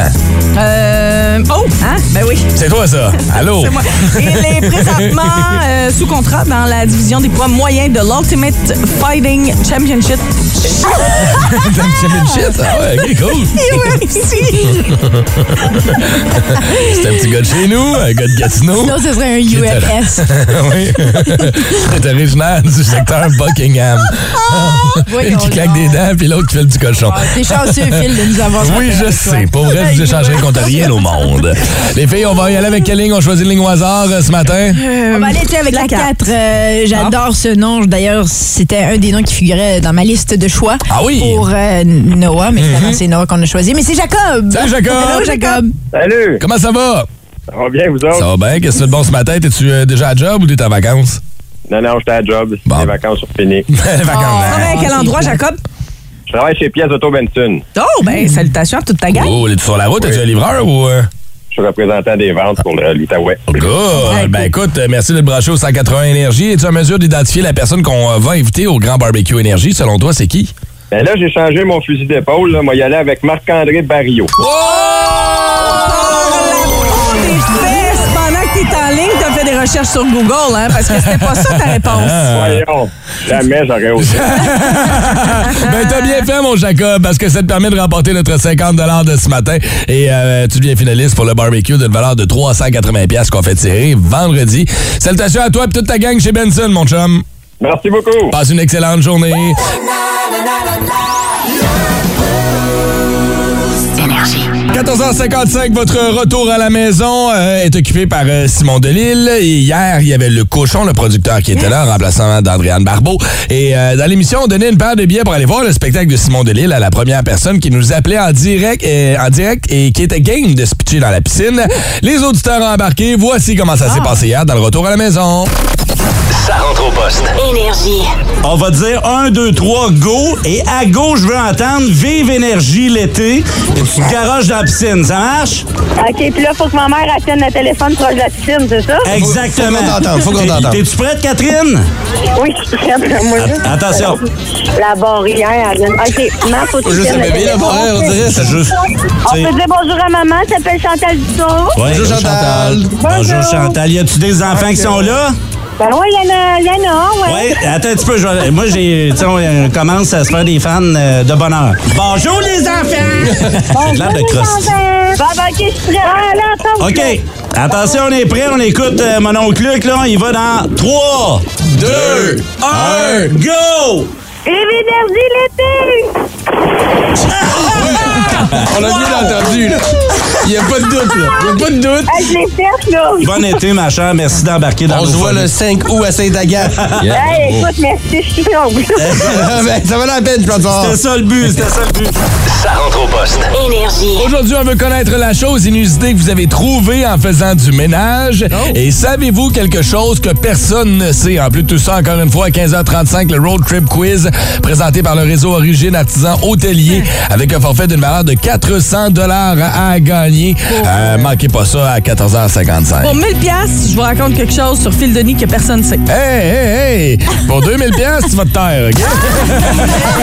Speaker 2: Euh, oh, hein? Ben oui.
Speaker 1: C'est toi, ça. Allô?
Speaker 2: C'est moi. Il est présentement euh, sous contrat dans la division des poids moyens de l'Ultimate Fighting Championship.
Speaker 1: Championship? Ah ouais, ok, cool.
Speaker 2: [laughs]
Speaker 1: C'est un petit gars de chez nous, un gars de Gatineau.
Speaker 3: Sinon, ce serait un
Speaker 1: Qui était-
Speaker 3: UFS.
Speaker 1: oui. T'es originaire du secteur Buckingham. Une [laughs] qui claque des dents, puis l'autre qui fait le petit cochon.
Speaker 3: T'es Ah, chanceux, Phil, de nous avoir
Speaker 1: Oui, je sais. Pour vrai,
Speaker 3: [laughs]
Speaker 1: vous échangerez contre rien au monde. Les filles, on va y aller avec quelle ligne? On choisit une ligne au hasard euh, ce matin?
Speaker 3: On va aller tu sais, avec la, 4. Euh,
Speaker 1: Ah.
Speaker 3: J'adore ce nom. D'ailleurs, c'était un des noms qui figurait dans ma liste de choix
Speaker 1: Ah oui?
Speaker 3: pour euh, Noah, mais finalement,
Speaker 1: Mhm.
Speaker 3: c'est Noah qu'on a choisi. Mais c'est Jacob!
Speaker 1: Salut, Jacob!
Speaker 3: Allô, Jacob!
Speaker 1: Salut! Comment ça va? Ça va bien, vous autres? Ça va bien. Qu'est-ce que tu fais de bon ce matin? T'es-tu euh, déjà à job ou t'es en vacances?
Speaker 13: Non, non, j'étais à job. Les vacances sont finies.
Speaker 1: Les vacances.
Speaker 2: Travaille à quel endroit, Jacob?
Speaker 13: Je travaille chez Pièce Auto Benson.
Speaker 2: Oh, ben, salutations à toute ta gang.
Speaker 1: Oh, es-tu sur la route? T'es-tu un livreur ou... euh?
Speaker 13: Je suis représentant des ventes pour le- l'Outaouais.
Speaker 1: Good. Ben écoute, euh, merci de te brancher au 180 Énergie. Es-tu en mesure d'identifier la personne qu'on euh, va inviter au Grand Barbecue Énergie? Selon toi, c'est qui?
Speaker 13: Ben là, j'ai changé mon fusil d'épaule. là. Moi, y aller avec Marc-André Barrio.
Speaker 2: Fais, Pendant que t'es en ligne, t'as fait des recherches sur Google, hein, parce que c'était pas ça ta réponse.
Speaker 1: Ah.
Speaker 3: Euh.
Speaker 13: Voyons, jamais j'aurais osé.
Speaker 1: ben, t'as bien fait, mon Jacob, parce que ça te permet de remporter notre 50 de ce matin. Et euh, tu deviens finaliste pour le barbecue d'une valeur de 380 pièces qu'on fait tirer vendredi. Salutations à toi et toute ta gang chez Benson, mon chum.
Speaker 13: Merci beaucoup.
Speaker 1: Passe une excellente journée.
Speaker 9: Énergie.
Speaker 1: 14h55, votre retour à la maison euh, est occupé par euh, Simon Delille. Et hier, il y avait le cochon, le producteur qui était là, en remplaçant d'Andréane Barbeau. Et euh, dans l'émission, on donnait une paire de billets pour aller voir le spectacle de Simon Delille à la première personne qui nous appelait en direct, euh, en direct et qui était game de se pitcher dans la piscine. Les auditeurs ont embarqué. Voici comment ça s'est passé hier dans le retour à la maison.
Speaker 14: Ça rentre au poste. Énergie.
Speaker 15: On va dire 1, 2, 3, go. Et à gauche, je veux entendre Vive Énergie l'été. Et tu te garages dans la piscine, ça marche?
Speaker 12: OK, puis là, faut que ma mère attende le téléphone proche de la piscine, c'est ça?
Speaker 15: Exactement.
Speaker 12: Faut qu'on t'entende, faut qu'on t'entende.
Speaker 15: T'es-tu prête, Catherine?
Speaker 12: Oui, je suis prête, moi, là.
Speaker 15: Att- attention.
Speaker 12: La barrière, elle vient. OK, maman, faut que tu tiennes le téléphone.
Speaker 15: C'est juste.
Speaker 12: On
Speaker 15: tu sais.
Speaker 12: peut dire bonjour à maman, elle s'appelle Chantal Dussault.
Speaker 15: Ouais, Bonjour Chantal. Y a-tu des enfants qui sont là?
Speaker 12: Ben oui, il y en a, il y en a, ouais.
Speaker 15: Ouais, attends un petit peu. je vais- moi, j'ai, tu sais, on commence à se faire des fans euh, de bonheur. Bonjour
Speaker 12: [laughs]
Speaker 15: les enfants! L'air de crosse.
Speaker 12: Bon, ben, OK, je suis prête. Ah, là, attends,
Speaker 15: OK. Attention, on est prêt. On écoute euh, mon oncle Luc. Là. Il va dans 3, 2, 1, go!
Speaker 12: Énergie l'été!
Speaker 1: On l'a bien entendu, là. Il n'y a pas de doute, là. Il n'y a pas de doute.
Speaker 12: Ah, je l'ai faite, là.
Speaker 15: Bon été, ma chère. Merci d'embarquer dans On se voit le 5 août à Saint-Agathe. [laughs]
Speaker 12: Hey, écoute, merci, je suis
Speaker 15: Ben,
Speaker 12: longue.
Speaker 15: ça valait la peine, je pense. C'était ça le but, c'était ça le but.
Speaker 14: Ça rentre au poste. Énergie.
Speaker 1: Aujourd'hui, on veut connaître la chose inusitée que vous avez trouvée en faisant du ménage.
Speaker 15: Oh.
Speaker 1: Et savez-vous quelque chose que personne ne sait? En plus de tout ça, encore une fois, à 15h35, le Road Trip Quiz, présenté par le réseau Origine Artisan Hôtelier, avec un forfait d'une valeur de 400 dollars à gagner.
Speaker 15: Oh.
Speaker 1: Euh, manquez pas ça à 14h55.
Speaker 2: Pour 1000 pièces, je vous raconte quelque chose sur Phil Denis que personne ne sait.
Speaker 1: Hey, hey, hey! Pour 2000 pièces, tu vas te taire, OK?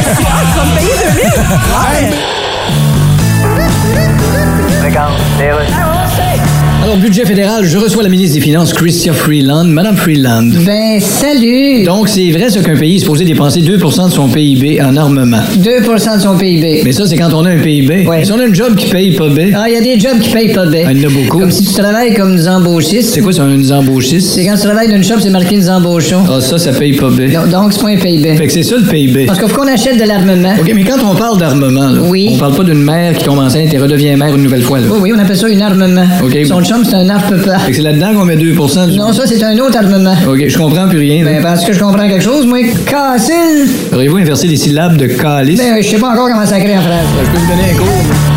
Speaker 7: Alors, budget fédéral, je reçois la ministre des Finances, Chrystia Freeland. Madame Freeland.
Speaker 16: Ben, salut!
Speaker 7: Donc, c'est vrai ce qu'un pays est supposé dépenser 2 de son PIB en armement.
Speaker 16: 2 de son PIB.
Speaker 7: Mais ça, c'est quand on a un PIB. Si on a un job qui paye pas bien, Ah,
Speaker 16: Ah, il y a des jobs qui payent pas bien.
Speaker 7: il y en a beaucoup.
Speaker 16: Comme si tu travailles comme des embauchistes.
Speaker 7: C'est quoi, ça, un embauchiste?
Speaker 16: C'est quand tu travailles dans une shop, c'est marqué des embauchons.
Speaker 7: Ah, ça, ça paye pas bien.
Speaker 16: Donc, donc, c'est pas un PIB.
Speaker 7: Fait que c'est ça le PIB.
Speaker 16: Parce qu'on achète de l'armement.
Speaker 7: OK, mais quand on parle d'armement, là,
Speaker 16: Oui.
Speaker 7: on parle pas d'une mère qui tombe enceinte et redevient mère une nouvelle fois. Là.
Speaker 16: Oui, oui, on appelle ça une armement.
Speaker 7: OK.
Speaker 16: Son chum, c'est un arpement.
Speaker 7: Fait que c'est là-dedans qu'on met 2 du...
Speaker 16: Non, ça, c'est un autre armement.
Speaker 7: OK, je comprends plus rien. là.
Speaker 16: Ben, parce que je comprends quelque chose, moi, Cassine!
Speaker 7: Auriez-vous inversé les syllabes de calice?
Speaker 16: Ben, je sais pas encore comment ça crée en phrase.
Speaker 7: Je peux vous donner un cours.